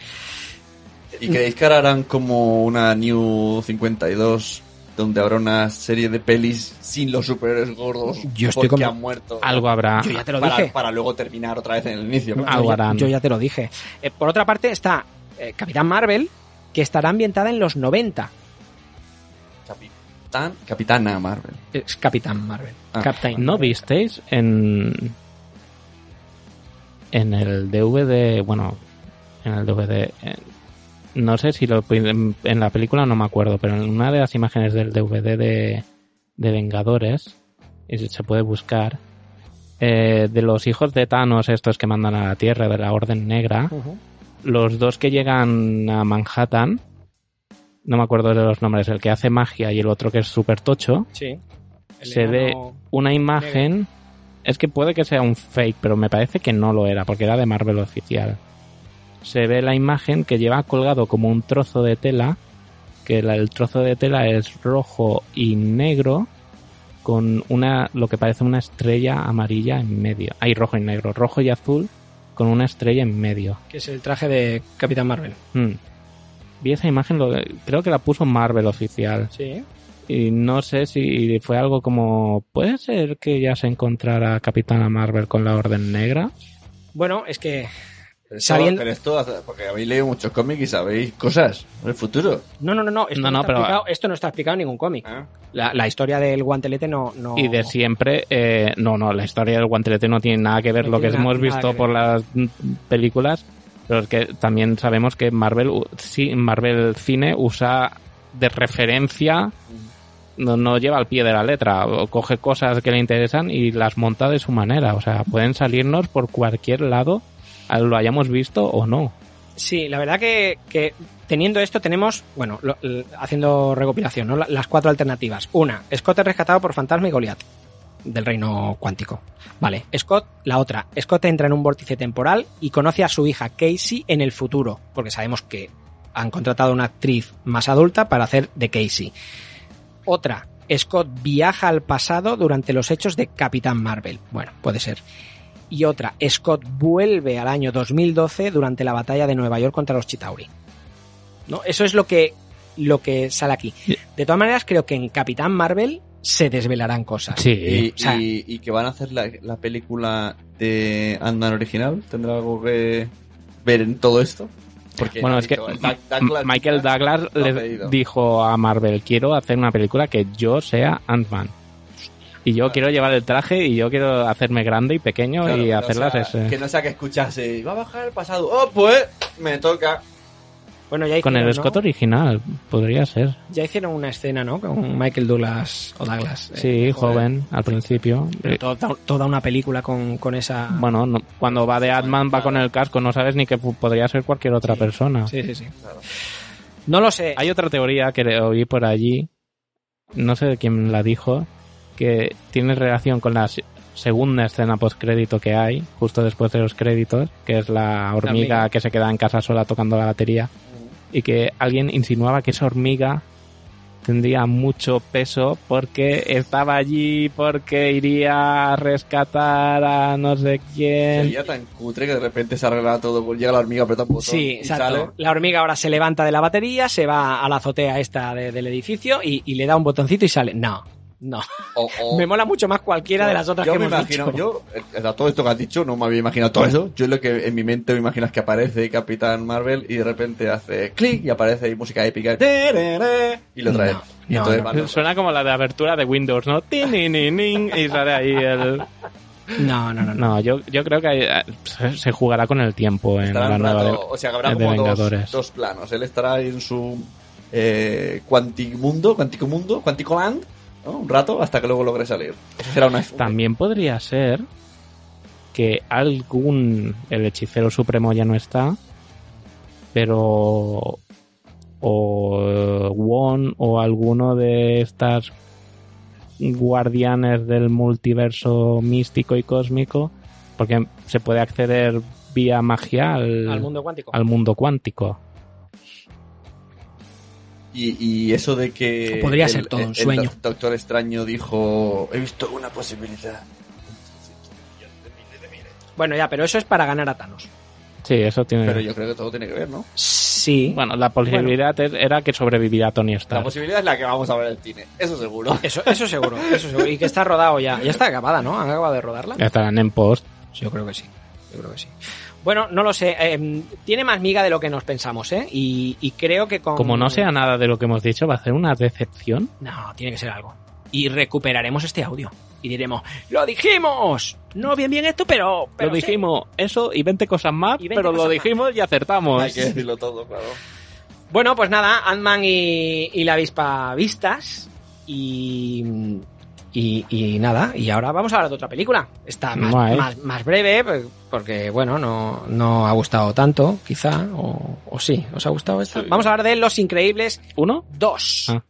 ¿Y creéis que ahora harán como una New 52 donde habrá una serie de pelis sin los superhéroes gordos Yo estoy porque como- han muerto? Algo habrá. yo ya te lo para, dije. para luego terminar otra vez en el inicio. claro. Algo yo, ya, harán. yo ya te lo dije. Eh, por otra parte está eh, Capitán Marvel, que estará ambientada en los 90. Capitán, Capitana Marvel. Es Capitán Marvel. Ah. Captain. ¿No visteis en. En el DVD. Bueno, en el DVD. en- eh, no sé si lo. En, en la película no me acuerdo, pero en una de las imágenes del DVD de, de Vengadores. Y se- se puede buscar. eh, de los hijos de Thanos, estos que mandan a la Tierra, de la Orden Negra. Ujú. los dos que llegan a Manhattan, no me acuerdo de los nombres, el que hace magia y el otro que es súper tocho, Sí. El se ve enano- una imagen. Es que puede que sea un fake, pero me parece que no lo era, porque era de Marvel oficial. Se ve la imagen que lleva colgado como un trozo de tela, que la- el trozo de tela es rojo y negro, con una lo que parece una estrella amarilla en medio. Hay rojo y negro, rojo y azul, con una estrella en medio. que es el traje de Capitán Marvel. Hmm. Vi esa imagen, lo- creo que la puso Marvel oficial. Sí. Y no sé si fue algo como. ¿Puede ser que ya se encontrara Capitana Marvel con la Orden Negra? Bueno, es que Pero esto- Sabiendo- pero esto, porque habéis leído muchos cómics y sabéis cosas del futuro. ¿eh? no, no, no, no, esto No, no, no, está, pero- explicado, esto no está explicado en ningún cómic. La, la historia del guantelete no, no- Y de siempre. eh, no, no, la historia del guantelete no tiene nada que ver No lo que tiene hemos nada- nada visto que por las mm, películas. Pero es que también sabemos que Marvel, u- sí, Marvel Cine usa de referencia no, no lleva al pie de la letra, o coge cosas que le interesan y las monta de su manera. O sea, pueden salirnos por cualquier lado, lo hayamos visto o no. Sí, la verdad que, que teniendo esto tenemos, bueno, lo- l- haciendo recopilación, ¿no? La- Las cuatro alternativas. Una, Scott es rescatado por Fantasma y Goliath del reino cuántico. Vale, Scott, la otra. Scott entra en un vórtice temporal y conoce a su hija Casey en el futuro, porque sabemos que han contratado a una actriz más adulta para hacer de Casey. Otra, Scott viaja al pasado durante los hechos de Capitán Marvel. Bueno, puede ser. Y otra, Scott vuelve al año 2012 durante la batalla de Nueva York contra los Chitauri. ¿No? Eso es lo que, lo que sale aquí. De todas maneras, creo que en Capitán Marvel se desvelarán cosas. Y, O sea, y- y que van a hacer la, la película de Ant-Man original. ¿Tendrá algo que ver en todo esto? Porque bueno, ha es que dicho, el Ma- Doug- Douglas- Michael Douglas lo ha les pedido. dijo a Marvel, quiero hacer una película que yo sea Ant-Man. Y yo quiero llevar el traje y yo quiero hacerme grande y pequeño Claro, y pero, hacerlas... eh, o sea, ese- Que no sea que escuchase. Va a bajar el pasado. ¡Oh, pues! Me toca. bueno, ya Con hicieron, el ¿no? escote original, podría ser. Ya hicieron una escena, ¿no? Con Michael Douglas o Douglas. eh, Sí, joven, al principio. Eh, pero to- to- toda una película con, con esa. Bueno, no- cuando va de Ant-Man va con el casco, no sabes ni que pu- podría ser cualquier otra persona. Sí, sí, sí. No lo sé. Hay otra teoría que le oí por allí, no sé de quién la dijo, que tiene relación con la se- segunda escena postcrédito que hay, justo después de los créditos, que es la hormiga hormiga. que se queda en casa sola tocando la batería, y que alguien insinuaba que esa hormiga tendría mucho peso porque estaba allí, porque iría a rescatar a no sé Eh. quién. Sería tan cutre que de repente se arregla todo. pues, Llega la hormiga, aprieta un botón. Sí, y exacto. sale. La hormiga ahora se levanta de la batería, se va a la azotea esta de- del edificio y, y le da un botoncito y sale. No, no. O- o- Me mola mucho más cualquiera de las otras Oh. yo que me hemos imagino, dicho. Yo, eh, a todo esto que has dicho, no me había imaginado todo eso. Yo lo que en mi mente me imaginas que aparece Capitán Marvel y de repente hace clic y aparece ahí música épica. tereré, Y lo trae. No, y no, entonces no. van los- Suena como la de apertura de Windows, ¿no? Tininining, Y sale ahí el... No, no, no, no. No, yo, yo creo que eh, se se jugará con el tiempo en estará la un nueva. rato- de- o sea, que habrá de como Vengadores. dos, dos planos. Él estará en su eh, Quantimundo, Quanticomundo, Quanticoland, ¿no? un rato hasta que luego logre salir. Eso será una. También podría ser que algún. El hechicero supremo ya no está. Pero. O Won o alguno de estas guardianes del multiverso místico y cósmico. Porque se puede acceder vía magia al, Al mundo cuántico. al mundo cuántico. Y, y eso de que. Podría ser todo un sueño. doc- Doctor Extraño dijo: He visto una posibilidad. Bueno, ya, pero eso es para ganar a Thanos. Sí, eso tiene. Pero yo creo que todo tiene que ver, ¿no? Sí. Bueno, la posibilidad es- era que sobreviviera Tony La Stark. posibilidad es la que vamos a ver en el cine, eso seguro. Eso, eso seguro, eso seguro. Y que está rodado ya. Ya está acabada, ¿no? ¿Han acabado de rodarla? Ya estarán en post. Yo creo que sí. Yo creo que sí. Bueno, no lo sé. eh, tiene más miga de lo que nos pensamos, ¿eh? Y, y creo que con. Como no sea nada de lo que hemos dicho, va a ser una decepción. No, tiene que ser algo. Y recuperaremos este audio. Y diremos, ¡lo dijimos! No bien bien esto, pero. pero lo sí". dijimos eso y 20 cosas más, Y 20 pero lo cosas dijimos y Hay acertamos. que decirlo todo, claro. Bueno, pues nada, Ant-Man y, y la avispa vistas. Y, y. y nada, y ahora vamos a hablar de otra película. Está más, Vale. más, más breve, pues, porque bueno, no, no ha gustado tanto, quizá. O, o sí, ¿os ha gustado esta? Vamos a hablar de Los Increíbles ¿Uno? 2. Ah.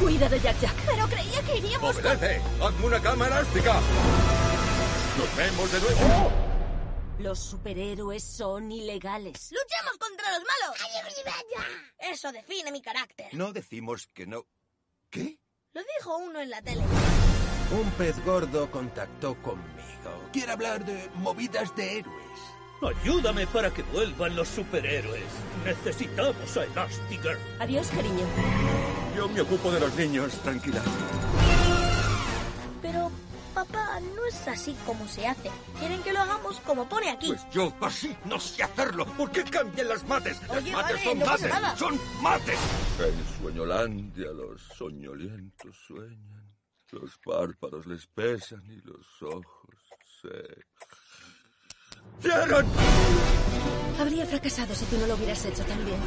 Cuida de Jack Jack. Pero creía que iríamos. Obedece, hazme una cama elástica. Nos vemos de nuevo. Los superhéroes son ilegales. ¡Luchemos contra los malos! Eso define mi carácter. No decimos que no. ¿Qué? Lo dijo uno en la tele. Un pez gordo contactó conmigo. Quiere hablar de movidas de héroes. Ayúdame para que vuelvan los superhéroes. Necesitamos a Elastigirl. Adiós, cariño. Yo me ocupo de los niños, tranquila. Pero, papá, no es así como se hace. Quieren que lo hagamos como pone aquí. Pues yo así no sé hacerlo. ¿Por qué cambian las mates? Las Oye, mates vale, son no pasa mates. nada. Son mates. En Sueñolandia los soñolientos sueñan. Los párpados les pesan y los ojos se... ¡Cierran! Pues- Habría fracasado si tú no lo hubieras hecho tan bien.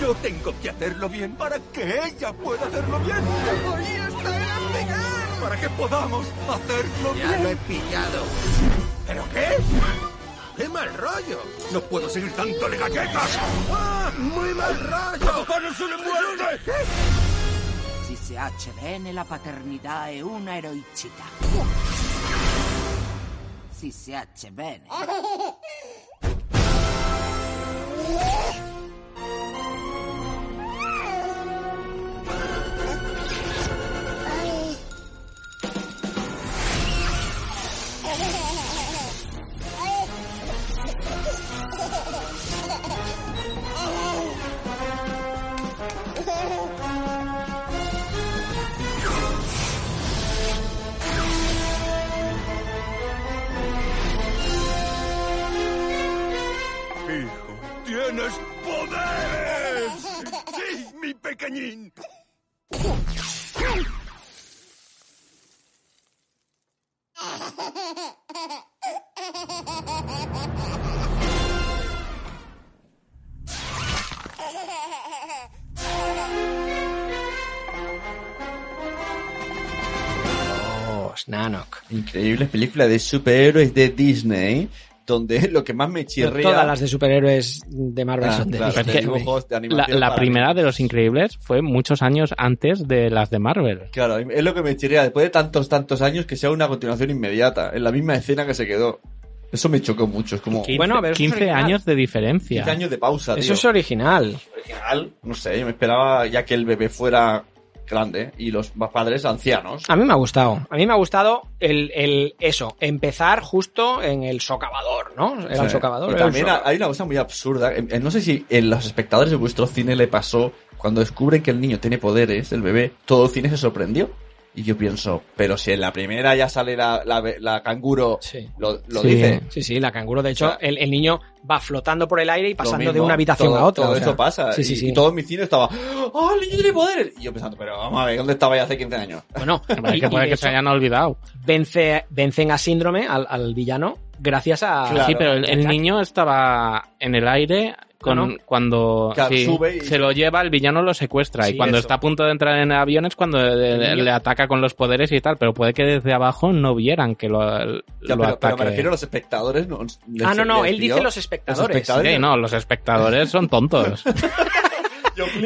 Yo tengo que hacerlo bien para que ella pueda hacerlo bien. ¡Ahí está el final! Para que podamos hacerlo Ya bien. lo he pillado. ¿Pero qué? ¡Qué mal rollo! No puedo seguir dándole galletas. ¡Ah, muy mal rollo! Si si HDN la paternità è una eroicità. Si si HDN. Hijo, tienes poderes. Sí, mi pequeñín. Nanok. Increíble película de superhéroes de Disney, donde lo que más me chirría... Todas las de superhéroes de Marvel Ah, son de claro, Disney. de dibujos, de La, animación la para primera de Los Increíbles fue muchos años antes de las de Marvel. Claro, es lo que me chirría. Después de tantos, tantos años, que sea una continuación inmediata, en la misma escena que se quedó. Eso me chocó mucho. Es como. 15, años de diferencia. 15 años de pausa, tío. original. original. No sé, yo me esperaba ya que el bebé fuera grande y los padres ancianos. A mí me ha gustado. A mí me ha gustado el, el- eso, empezar justo en el socavador, ¿no? Era Sí. el socavador. Y era el también socavador. hay una cosa muy absurda. Eh, eh, No sé si en los espectadores de vuestro cine le pasó cuando descubren que el niño tiene poderes, el bebé, todo el cine se sorprendió. Y yo pienso, pero si en la primera ya sale la, la, la canguro, lo, lo Sí. dice. Sí, sí, la canguro. De hecho, el, el niño va flotando por el aire y pasando Lo de mismo, una habitación todo- a otra. Todo o sea. eso pasa. Sí, sí, y, sí. y todo mi cine estaba, ¡oh, el niño tiene poderes! Y yo pensando, pero vamos a ver, ¿dónde estaba ya hace 15 años? Bueno, Es que puede que se hayan olvidado. Vence, vencen a Síndrome, al, al villano, gracias a... sí, pero el, el niño estaba en el aire con, Bueno. cuando Claro, sí, sube y- se lo lleva, el villano lo secuestra. Sí, y cuando eso. está a punto de entrar en el avión es cuando le, niño- le ataca con los poderes y tal. Pero puede que desde abajo no vieran que lo, lo Ya, pero, pero ataque. me refiero a los espectadores. No, Ah, no, no, les él dio- dice los espectadores. Sí, no, los espectadores son tontos.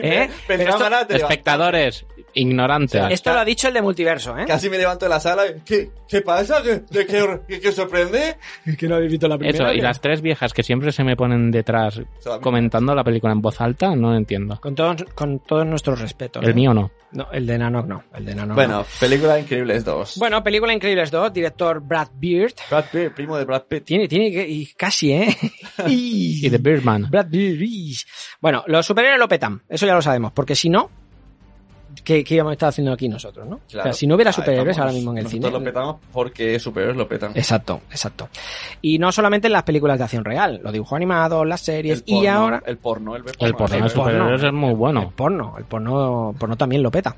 ¿Eh? Pero esto- espectadores ignorantes. Esto lo ha dicho el de multiverso, ¿eh? Casi me levanto de la sala. y, ¿Qué, qué pasa? ¿Qué, de qué, qué- qué sorprende? que no habéis visto la Eso, y las tres viejas que siempre se me ponen detrás comentando la película en voz alta, no lo entiendo. Con todos, con todos nuestros respetos. El ¿eh? mío no. No, el de Nanok no. El de Nanok Bueno, no. película Increíbles 2. Bueno, película Increíbles 2, director Brad Beard. Brad Beard, primo de Brad Pitt. Tiene, tiene que, y casi, ¿eh? y de Birdman. Brad Beard. y- Bueno, los superhéroes lo petan, eso ya lo sabemos, porque si no, ¿qué, qué íbamos a estar haciendo aquí nosotros, no? Claro. O sea, si no hubiera Ah, superhéroes estamos- ahora mismo en el nosotros cine. lo petamos porque superhéroes lo petan. Exacto, exacto. Y no solamente en las películas de acción real, los dibujos animados, las series, y Porno, ahora... El porno, el, El porno de superhéroes es muy bueno. El porno, el porno, porno también lo peta.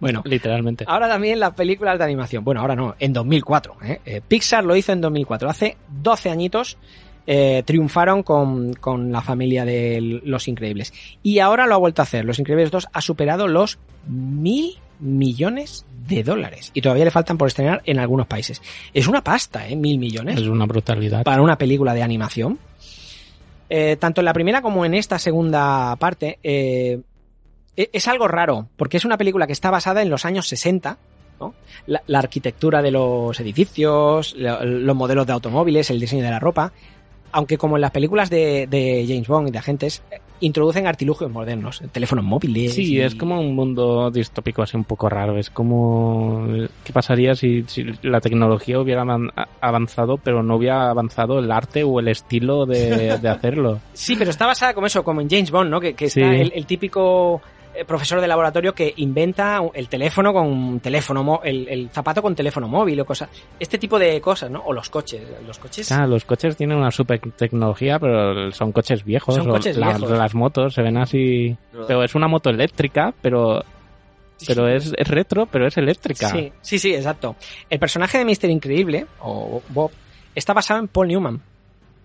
bueno, literalmente. Ahora también las películas de animación. Bueno, ahora no, en 2004. ¿eh? Eh, Pixar lo hizo en 2004. Hace 12 añitos eh, triunfaron con, con la familia de Los Increíbles. Y ahora lo ha vuelto a hacer. Los Increíbles 2 ha superado los mil millones de dólares. Y todavía le faltan por estrenar en algunos países. Es una pasta, ¿eh? Mil millones. Es una brutalidad. Para una película de animación. Eh, tanto en la primera como en esta segunda parte, eh, e- es algo raro, porque es una película que está basada en los años 60, ¿no? la, la arquitectura de los edificios, lo- los modelos de automóviles, el diseño de la ropa, aunque como en las películas de, de James Bond y de agentes, eh, introducen artilugios modernos, teléfonos móviles. Sí, y- es como un mundo distópico así un poco raro. Es como... ¿Qué pasaría si, si la tecnología hubiera avan- avanzado pero no hubiera avanzado el arte o el estilo de, de hacerlo? Sí, pero está basada como eso, como en James Bond, ¿no? Que, que está Sí. el, el típico eh, profesor de laboratorio que inventa el teléfono con teléfono, mo- el, el zapato con teléfono móvil o cosas. Este tipo de cosas, ¿no? O los coches. Los coches. Claro, los coches tienen una super tecnología, pero son coches viejos. Son o coches la- viejos. Las motos se ven así. Pero es una moto eléctrica, pero. Pero es, es retro, pero es eléctrica. Sí, sí, sí, exacto. El personaje de Mr. Increíble, o Bob, está basado en Paul Newman.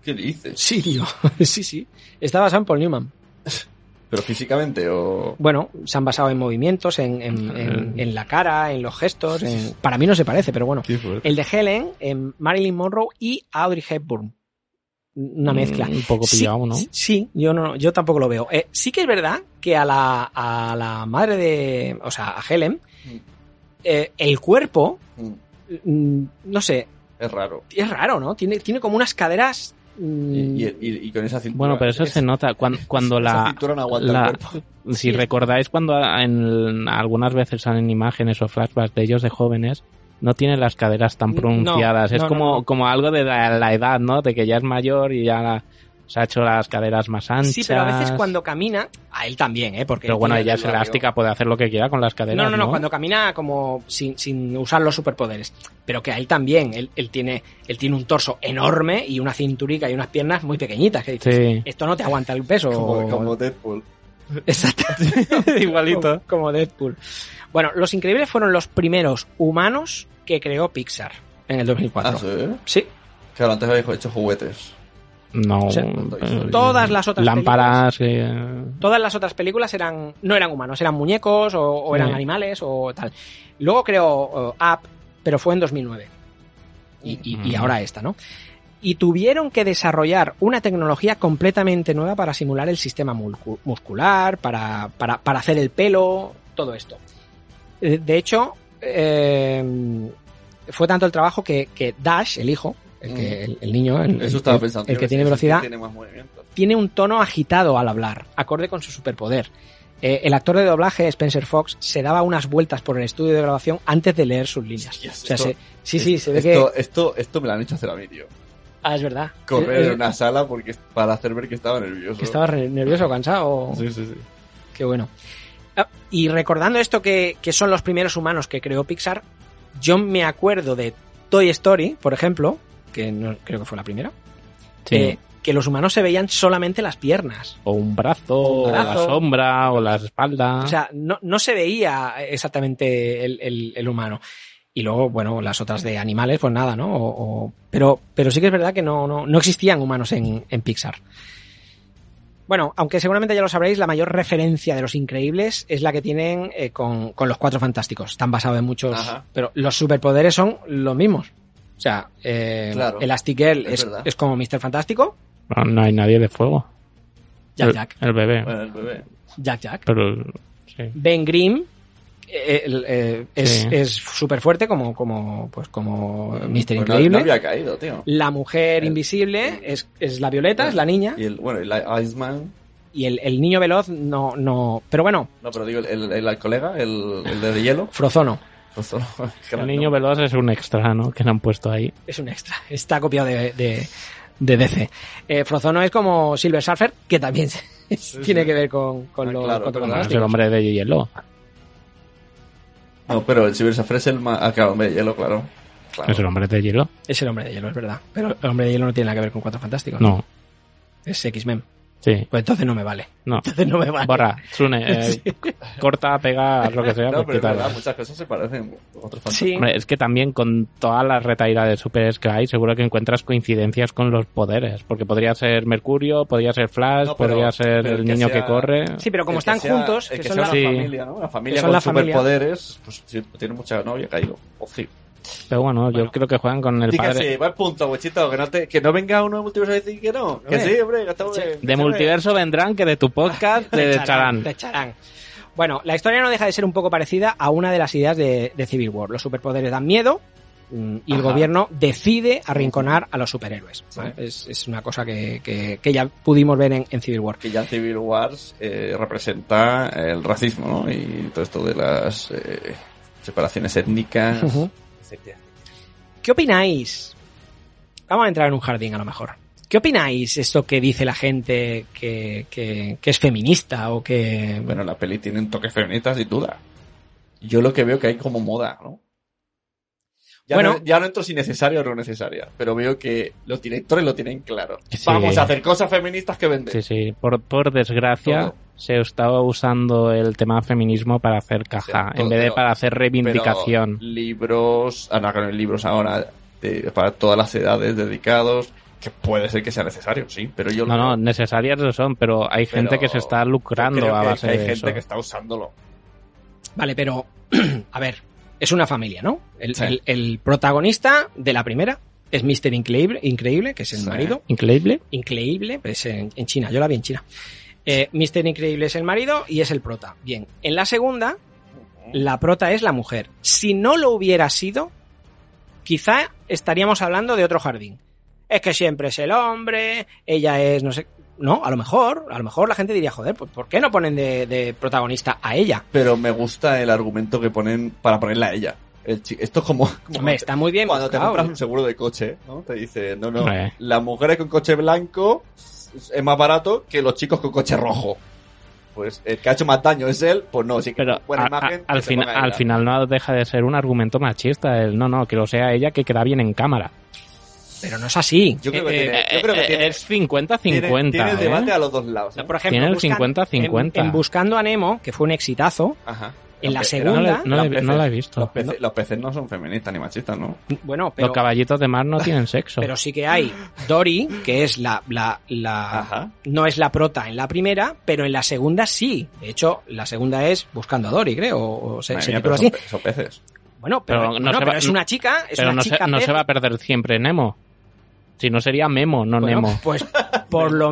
¿Qué dices? Sí, tío. sí, sí. Estaba basado en Paul Newman. ¿Pero físicamente o...? Bueno, se han basado en movimientos, en, en- Ah, en- eh. en la cara, en los gestos. en- Para mí no se parece, pero bueno. El de Helen, en Marilyn Monroe y Audrey Hepburn. Una Mm, mezcla. un poco Sí, pillado, ¿no? Sí, yo, no, yo tampoco lo veo. Eh, sí que es verdad que a la, a la madre de. O sea, a Helen, Mm. eh, el cuerpo, mm, no sé, Es raro. es raro, ¿no? Tiene, tiene como unas caderas. mm, Y, y- y con esa cintura... Bueno, pero eso se nota cuando, cuando esa la, cintura no aguanta la- el cuerpo. Si recordáis cuando a- en, algunas veces salen imágenes o flashbacks de ellos de jóvenes, no tiene las caderas tan pronunciadas. es no, como, no, no. como algo de la, la edad, ¿no? De que ya es mayor y ya la- se ha hecho las caderas más anchas. Sí, pero a veces cuando camina, a él también, ¿eh? Porque Pero bueno, tiene ella el es labio- elástica, puede hacer lo que quiera con las caderas. No, No, no, no, cuando camina como sin, sin usar los superpoderes. Pero que a él también, él, él tiene, él tiene un torso enorme y una cinturica y unas piernas muy pequeñitas. Que dices, Sí. esto no te aguanta el peso. Como, como Deadpool. Exacto. Igualito. Como, como Deadpool. Bueno, Los Increíbles fueron los primeros humanos que creó Pixar en el 2004. Ah, ¿sí? Sí. Claro, antes habéis hecho juguetes. No. Sí. eh, Todas las otras Lámparas. eh, Todas las otras películas eran no eran humanos, eran muñecos o, o eran Sí. animales o tal. Luego creó eh, Up, pero fue en 2009. Y, y- y Mm. ahora esta, ¿no? Y tuvieron que desarrollar una tecnología completamente nueva para simular el sistema mulcu- muscular, para, para, para hacer el pelo, todo esto. Eh, De hecho, eh, fue tanto el trabajo que, que Dash, el hijo, el, que- el- el niño, el, Eso el- estaba el- pensando. el Yo que que sí, tiene sí, velocidad, Tiene más movimiento. tiene un tono agitado al hablar, acorde con su superpoder. Eh, el actor de doblaje, Spencer Fox, se daba unas vueltas por el estudio de grabación antes de leer sus líneas. o sea, esto- se- sí, sí, se ve Esto, que... esto, esto me lo han hecho hacer a mí, tío. Ah, es verdad. Correr Eh, en eh, una sala porque, para hacer ver que estaba nervioso. Que estaba re- nervioso, cansado. Sí, sí, sí. Qué bueno. Ah, Y recordando esto que, que son los primeros humanos que creó Pixar, yo me acuerdo de Toy Story, por ejemplo, que no, creo que fue la primera, Sí. eh, que los humanos se veían solamente las piernas. o un brazo, Un o la brazo. sombra, o la espalda. O sea, no, no se veía exactamente el, el- el humano. Y luego, bueno, las otras de animales, pues nada, ¿no? O- o- pero, pero sí que es verdad que no, no, no existían humanos en, en Pixar. Bueno, aunque seguramente ya lo sabréis, la mayor referencia de los increíbles es la que tienen eh, con, con los cuatro fantásticos. Están basados en muchos. Ajá. Pero los superpoderes son los mismos. O sea, eh, Claro. Elastic Girl Es es, verdad. es como Mr. Fantástico, No, no hay nadie de fuego. Jack el, Jack. el bebé. Bueno, el bebé. Jack Jack. Pero sí. Ben Grimm eh, el, eh, es Sí. súper fuerte como como pues como Mr. Pues no- Increíble. no había Eh. caído, tío. La mujer invisible es, es la Violeta, es la niña. Y el, bueno, el Iceman. Y el, el niño veloz no, no. Pero bueno, No, pero digo, el, el, el colega, el, el de hielo. Pues Frozono. Frozono. El niño veloz es un extra, ¿no? Que le han puesto ahí. es un extra. Está copiado de, de, de DC. Eh, Frozono es como Silver Surfer, que también tiene que ver con, con los Ah, claro, es verdad. cuatro Bueno, es fantásticos. el hombre de hielo. No, pero el Cyber Safra es el más. Ah, claro, hombre, de hielo, claro. Claro. Es el hombre de hielo. Es el hombre de hielo, es verdad. Pero el hombre de hielo no tiene nada que ver con cuatro fantásticos. No. Es X-Men. Sí. Pues entonces no me vale. No. Entonces no me vale. Borra, Sune, eh, Sí. corta, pega, haz lo que No, sea. pues pero es quítala. verdad, muchas cosas se parecen. Otros Sí. Hombre, es que también con todas las retahílas de superhéroes que hay, seguro que encuentras coincidencias con los poderes. Porque podría ser Mercurio, podría ser Flash, No, pero- podría ser pero el que niño sea- que corre. Sí, pero como el que están sea- juntos, el que que son sea la una Sí. familia, ¿no? Una familia son con la familia. superpoderes, pues si tiene mucha no había caído. O sí. Pero bueno, yo creo que juegan con el Dígase, padre. va el punto, huechito, que no, te, que no venga uno de multiverso a decir que no. Que Hombre. sí, hombre, que estamos en- De multiverso vendrán que de tu podcast te echarán. Te echarán. Bueno, la historia no deja de ser un poco parecida a una de las ideas de, de Civil War. Los superpoderes dan miedo mm, y el Ajá. gobierno decide arrinconar a los superhéroes. ¿no? Es, es una cosa que, que- que ya pudimos ver en, en Civil War. Que ya Civil Wars eh, representa el racismo, ¿no? Y todo esto de las eh, separaciones étnicas. Ujú. ¿Qué opináis? Vamos a entrar en un jardín a lo mejor. ¿Qué opináis esto que dice la gente que, que- que es feminista o que... Bueno, la peli tiene un toque feminista, sin duda. Yo lo que veo que hay como moda, ¿no? Ya, Bueno. no, ya no entro si necesaria o no necesaria, pero veo que los directores lo tienen claro. Sí. Vamos a hacer cosas feministas que venden. Sí, sí. Por, por desgracia, Todo. se estaba usando el tema feminismo para hacer sea, caja, todo, en vez de pero- para hacer Pero ah, reivindicación. eh, libros, anagrama libros ahora de- para todas las edades dedicados, Que puede ser que sea necesario, sí, pero yo No, no, necesarias no son, pero hay gente que se está lucrando creo a que- base que hay de gente eso. que está usándolo. Vale, pero a ver, es una familia, ¿no? El, Sí. el- el protagonista de la primera es Mr. Increíble, increíble que es el Sí. marido. Increíble. Increíble, pues en, en China, yo la vi en China. Eh, Mr. Increíble es el marido y es el prota. Bien, en la segunda, la prota es la mujer. Si no lo hubiera sido, quizá estaríamos hablando de otro jardín. Es que siempre es el hombre, ella es, no sé, no, a lo mejor, a lo mejor la gente diría, joder, pues ¿por qué no ponen de- de protagonista a ella? Pero me gusta el argumento que ponen para ponerla a ella. El chi- esto es como, como Hombre, está muy bien cuando te buscado, compras ¿eh? un seguro de coche, ¿no? Te dice, no, no, Hombre. las mujeres con coche blanco es más barato que los chicos con coche rojo. Pues el que ha hecho más daño es él, pues no, sí que Pero buena a- a- imagen. al, que se fina- ponga al ella. final no deja de ser un argumento machista. El no, no, que lo sea ella que queda bien en cámara. Pero no es así. Yo creo que Eh, tiene, yo creo que eh, tiene- es 50-50. Tiene, tiene el ¿eh? debate a los dos lados. ¿eh? Por ejemplo, Tiene el buscan- 50-50. En, en Buscando a Nemo, que fue un exitazo, Ajá. en la Los pe- segunda, ¿eh? No la he- los no la he peces- visto. Los peces, los peces no son feministas ni machistas, ¿no? bueno, Los pero, caballitos de mar no tienen sexo. pero sí que hay Dory, que es la, la, la- no es la prota en la primera, pero en la segunda sí. De hecho, la segunda es Buscando a Dory, creo, o se, Madre se mía, pero titula son, así. pe- son peces. Bueno, pero, Pero no bueno, se pero va- es una chica, es Pero una no, chica se, no pez. se va a perder siempre Nemo. Si no sería Memo, no Bueno, Nemo. Pues por lo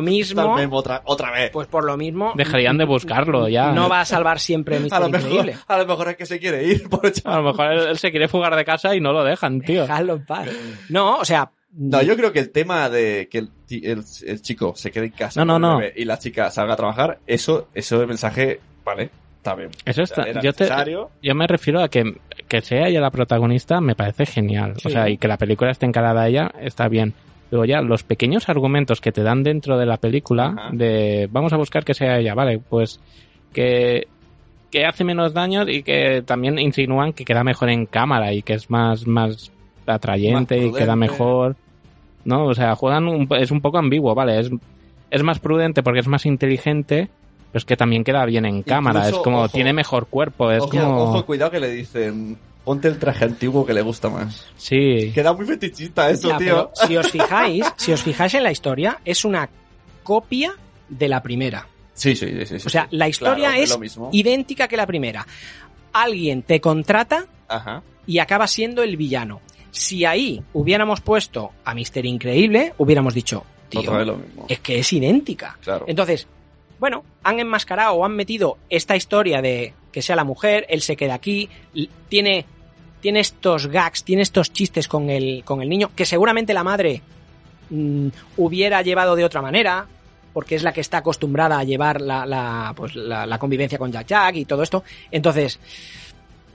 Tal mismo, vez otra, otra vez. pues por lo mismo, Dejarían de buscarlo ya. no va a salvar siempre Mr. a, lo mejor, Increíble. a lo mejor es que se quiere ir. por- A lo mejor él, él se quiere fugar de casa y no lo dejan, tío. Dejadlo en paz. No, o sea, No, yo creo que el tema de que el, ti- el- el chico se quede en casa No, no, con el no. bebé y la chica salga a trabajar, eso, eso de mensaje, vale, está bien. Eso O sea, está. era yo, te- necesario. yo me refiero a que, que sea ella la protagonista, me parece genial. Sí. O sea, y que la película esté encarada a ella, está bien. Luego ya, los pequeños argumentos que te dan dentro de la película, Ajá. de vamos a buscar que sea ella, vale, pues que, que hace menos daños y que también insinúan que queda mejor en cámara y que es más, más atrayente Más y queda prudente. mejor. ¿No? O sea, juegan un, es un poco ambiguo, vale, es, es más prudente porque es más inteligente, pero es que también queda bien en cámara, es Incluso, como ojo, tiene mejor cuerpo, es Ojo, como... ojo, cuidado que le dicen, ponte el traje antiguo que le gusta más. Sí, Queda muy fetichista eso, Ya, tío. pero si os fijáis, si os fijáis en la historia, es una copia de la primera. Sí, sí, sí, sí, sí. O sea, la historia Claro, es lo mismo. idéntica que la primera. Alguien te contrata Ajá. y acaba siendo el villano. Si ahí hubiéramos puesto a Mister Increíble, hubiéramos dicho, tío, Otra vez lo mismo. es que es idéntica. Claro. Entonces, bueno, han enmascarado o han metido esta historia de que sea la mujer, él se queda aquí, l- tiene, tiene estos gags, tiene estos chistes con el, con el niño, que seguramente la madre mm, hubiera llevado de otra manera, porque es la que está acostumbrada a llevar la, la, pues, la, la convivencia con Jack Jack y todo esto. Entonces,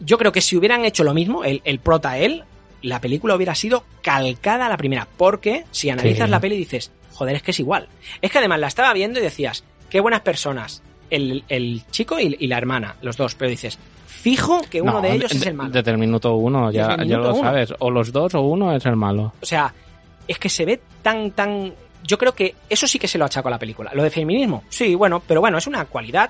yo creo que si hubieran hecho lo mismo, el, el prota él, la película hubiera sido calcada a la primera. Porque si analizas Sí. la peli dices, joder, es que es igual. Es que además la estaba viendo y decías, qué buenas personas. El, el chico y, y la hermana, los dos. Pero dices, fijo que uno No, de ellos de- es el malo. Desde el minuto uno, ya, Desde el ya minuto lo uno. sabes. O los dos o uno es el malo. O sea, es que se ve tan, tan. Yo creo que eso sí que se lo achaco a la película. Lo de feminismo, sí, bueno, pero bueno, es una cualidad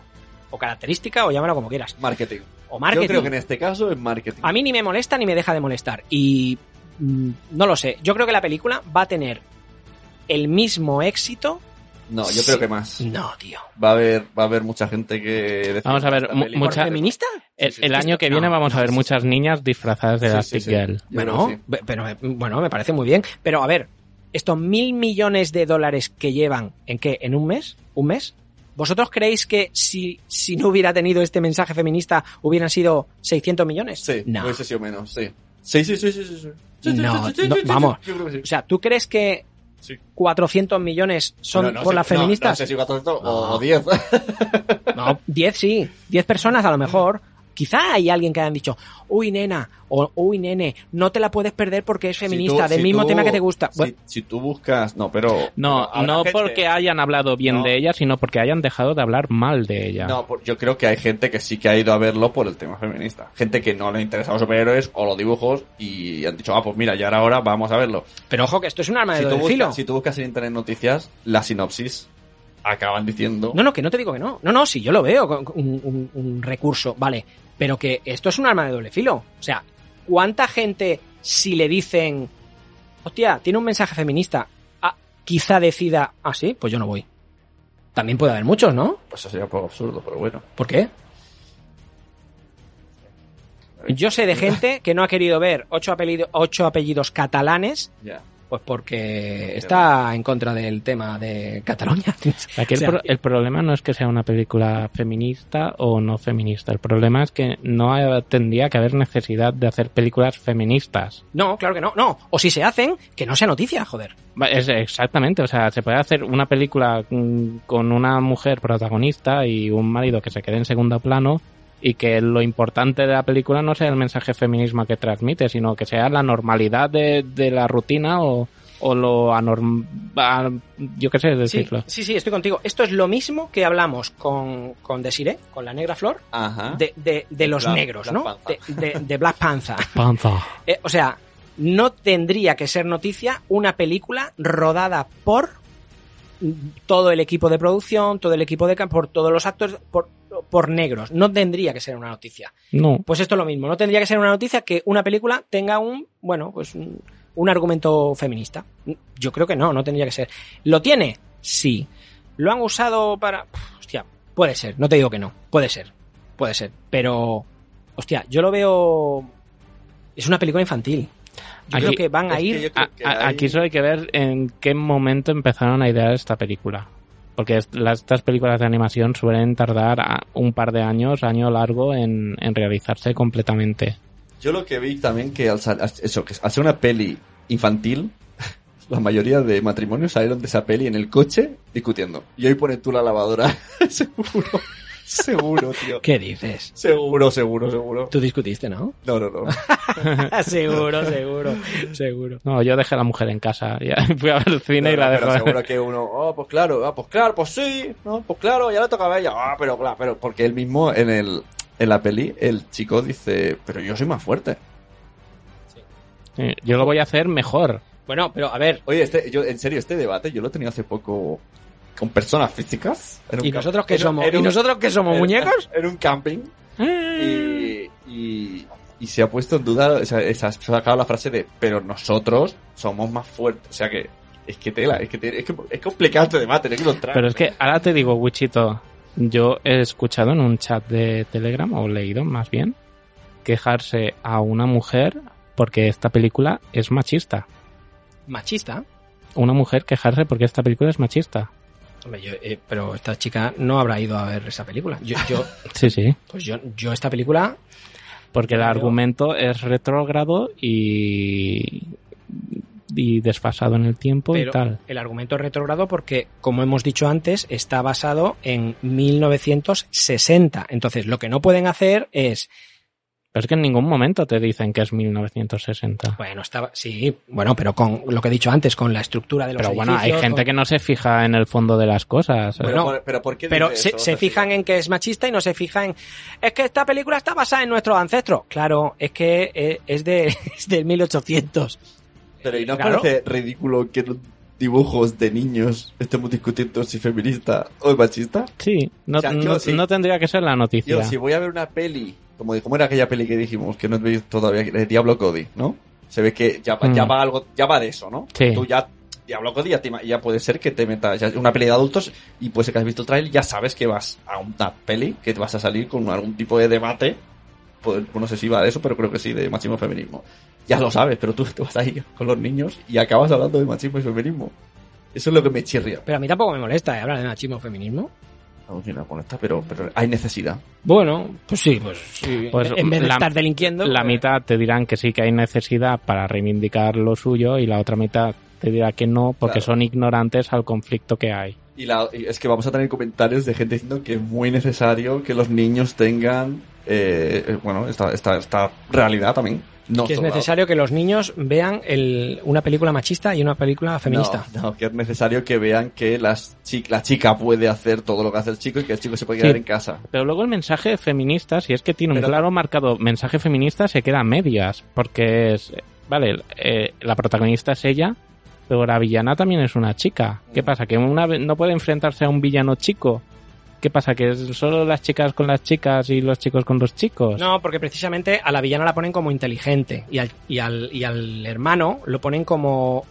o característica o llámalo como quieras. Marketing. O marketing. Yo creo que en este caso es marketing. A mí ni me molesta ni me deja de molestar. Y mm, no lo sé. Yo creo que la película va a tener el mismo éxito. No, yo Sí. creo que más. No, tío. Va a haber, va a haber mucha gente que... decir, Vamos a ver, "Esta mu- peli- ¿Por Mucha- feminista? El, sí. el año que viene vamos a ver muchas niñas disfrazadas de Sí, Elastic sí, sí. Yo Girl. creo Bueno, que sí. be- pero, eh, bueno, me parece muy bien. Pero a ver, estos mil millones de dólares que llevan, ¿en qué? ¿En un mes? ¿Un mes? ¿Vosotros creéis que si, si no hubiera tenido este mensaje feminista hubieran sido 600 millones? Sí, No. hubiese sido menos, sí. Sí, sí, sí, sí, sí, sí. Sí, sí, No, sí, sí, sí, no, sí, sí, vamos. yo creo que sí. O sea, ¿tú crees que Sí. 400 millones son No, no por sé- las no, feministas? No, sé si 400 No. o 10. No, 10 sí, 10 personas a lo mejor. Quizá hay alguien que hayan dicho, uy nena, o uy nene, no te la puedes perder porque es Si feminista, tú- del si mismo tú- tema que te gusta. Si, Bueno, si tú buscas. No, pero. No, habrá no gente- porque hayan hablado bien No. de ella, sino porque hayan dejado de hablar mal de ella. No, por- yo creo que hay gente que sí que ha ido a verlo por el tema feminista. Gente que no le interesaban los superhéroes o los dibujos y han dicho, ah, pues mira, ya era hora, vamos a verlo. pero ojo que esto es un arma de Si tú, doble filo. buscas, si tú buscas en internet noticias, la sinopsis acaban diciendo. No, no, que no te digo que no. No, no, si yo lo veo con- con un, un- un recurso, vale. Pero que esto es un arma de doble filo. O sea, ¿cuánta gente si le dicen, hostia, tiene un mensaje feminista? ah, quizá decida, ah, sí, pues yo no voy. También puede haber muchos, ¿no? Pues eso sería un poco absurdo, pero bueno. ¿Por qué? Yo sé de gente que no ha querido ver ocho, apellido- ocho apellidos catalanes, Ya. pues porque está en contra del tema de Cataluña. Aquí O el, sea, pro- el problema no es que sea una película feminista o no feminista. El problema es que no ha- tendría que haber necesidad de hacer películas feministas. No, claro que no, no. O si se hacen, que no sea noticia, joder. Va, es- exactamente, o sea, se puede hacer una película mm, con una mujer protagonista y un marido que se quede en segundo plano y que lo importante de la película no sea el mensaje feminismo que transmite, sino que sea la normalidad de, de la rutina o, o lo anormal, yo qué sé Sí, decirlo. sí, sí, estoy contigo. Esto es lo mismo que hablamos con, con Desiree, con la negra flor, Ajá. de, de- de los Ah. Black- negros, Black ¿no? De, de- de Black Panther. Panza. Eh, o sea, no tendría que ser noticia una película rodada por todo el equipo de producción, todo el equipo de cam- por todos los actores, por, por negros. No tendría que ser una noticia. No. Pues esto es lo mismo. No tendría que ser una noticia que una película tenga un, bueno, pues un, un argumento feminista. Yo creo que no, no tendría que ser. ¿Lo tiene? Sí. ¿Lo han usado para...? Pff, Hostia, puede ser, no te digo que no, puede ser, puede ser. Pero, hostia, yo lo veo... Es una película infantil. Yo creo que van a ir... a- Ah, a- aquí solo hay que ver en qué momento empezaron a idear esta película. Porque est- las- estas películas de animación suelen tardar a- un par de años, año largo, en, en realizarse completamente. Yo lo que vi también que al, sal- eso, que al ser una peli infantil, la mayoría de matrimonios salieron de esa peli en el coche discutiendo. Y hoy pones tú la lavadora. seguro. Seguro, tío. ¿Qué dices? Seguro, seguro, seguro. Tú discutiste, ¿no? No, no, no. seguro, seguro, seguro. No, yo dejé a la mujer en casa. Ya, fui a ver el cine y Pero- la pero dejé. seguro que uno, oh, pues claro, ah, pues claro, pues sí, no, pues claro, ya le tocaba a ella, ah, pero claro, pero porque él mismo en el en la peli el chico dice, pero yo soy más fuerte. Sí, Eh, Yo lo voy a hacer mejor. Bueno, pero a ver. Oye, este, yo, en serio, este debate yo lo he tenido hace poco con personas físicas. en un ¿Y camp- nosotros qué en un- somos? en ¿Y un- nosotros qué somos? en- ¿Muñecos? En un camping. Y, y- y se ha puesto en duda, o sea, se ha sacado la frase de, pero nosotros somos más fuertes. O sea que, es que tela, es que, te- es, que es complicado este debate, no quiero entrar. Pero es que ahora te digo, Wichito, yo he escuchado en un chat de Telegram, o leído más bien, quejarse a una mujer porque esta película es machista. Machista. Una mujer quejarse porque esta película es machista. Hombre, yo, eh, pero esta chica no habrá ido a ver esa película. Yo, yo, Sí, sí. pues yo, yo esta película, Porque el Claro. argumento es retrógrado y, y desfasado en el tiempo y pero tal. el argumento es retrogrado porque, como hemos dicho antes, está basado en 1960. Entonces, lo que no pueden hacer es, Pero es que en ningún momento te dicen que es 1960. bueno, estaba, sí, bueno, pero con lo que he dicho antes, con la estructura de los Pero bueno, hay edificios, gente con- que no se fija en el fondo de las cosas. Bueno, por- pero ¿por qué pero dice se, eso? se fijan en que es machista y no se fijan en... Es que esta película está basada en nuestros ancestros. Claro, es que eh, es, de, es del 1800. Pero ¿y no Claro. parece ridículo que en dibujos de niños estemos discutiendo si feminista o es machista? Sí, no, O sea, yo no- sí. no tendría que ser la noticia. Yo, si voy a ver una peli, como ¿cómo era aquella peli que dijimos que no he visto todavía, de Diablo Cody, ¿no? Se ve que ya, va- Mm. ya va algo, ya va de eso, ¿no? Sí. Tú ya, Diablo Cody ya, te ima- ya puede ser que te metas, ya es una peli de adultos y puede ser que has visto el trailer, ya sabes que vas a una peli, que te vas a salir con algún tipo de debate, pues, no sé si va de eso, pero creo que sí, de machismo y feminismo. Ya lo sabes, pero tú te vas ahí con los niños y acabas hablando de machismo y feminismo. Eso es lo que me chirría. Pero a mí tampoco me molesta eh, hablar de machismo o feminismo. Alucina con esta, pero, pero hay necesidad. Bueno, pues sí, pues sí. Pues en vez de la- estar delinquiendo... La eh, mitad te dirán que sí que hay necesidad para reivindicar lo suyo y la otra mitad te dirá que no porque Claro. son ignorantes al conflicto que hay. Y, la, y es que vamos a tener comentarios de gente diciendo que es muy necesario que los niños tengan, eh, eh, bueno, esta, esta, esta realidad también. No que es solo- necesario que los niños vean el- una película machista y una película feminista. No, no, que es necesario que vean que las chi- la chica puede hacer todo lo que hace el chico y que el chico se puede Sí. quedar en casa. Pero luego el mensaje feminista, si es que tiene un Pero- claro marcado mensaje feminista, se queda a medias. Porque es. Vale, eh, la protagonista es ella, pero la villana también es una chica. ¿Qué pasa? ¿Que una ve- no puede enfrentarse a un villano chico? ¿Qué pasa? ¿Que es solo las chicas con las chicas y los chicos con los chicos? No, porque precisamente a la villana la ponen como inteligente y al, y al, y al hermano lo ponen como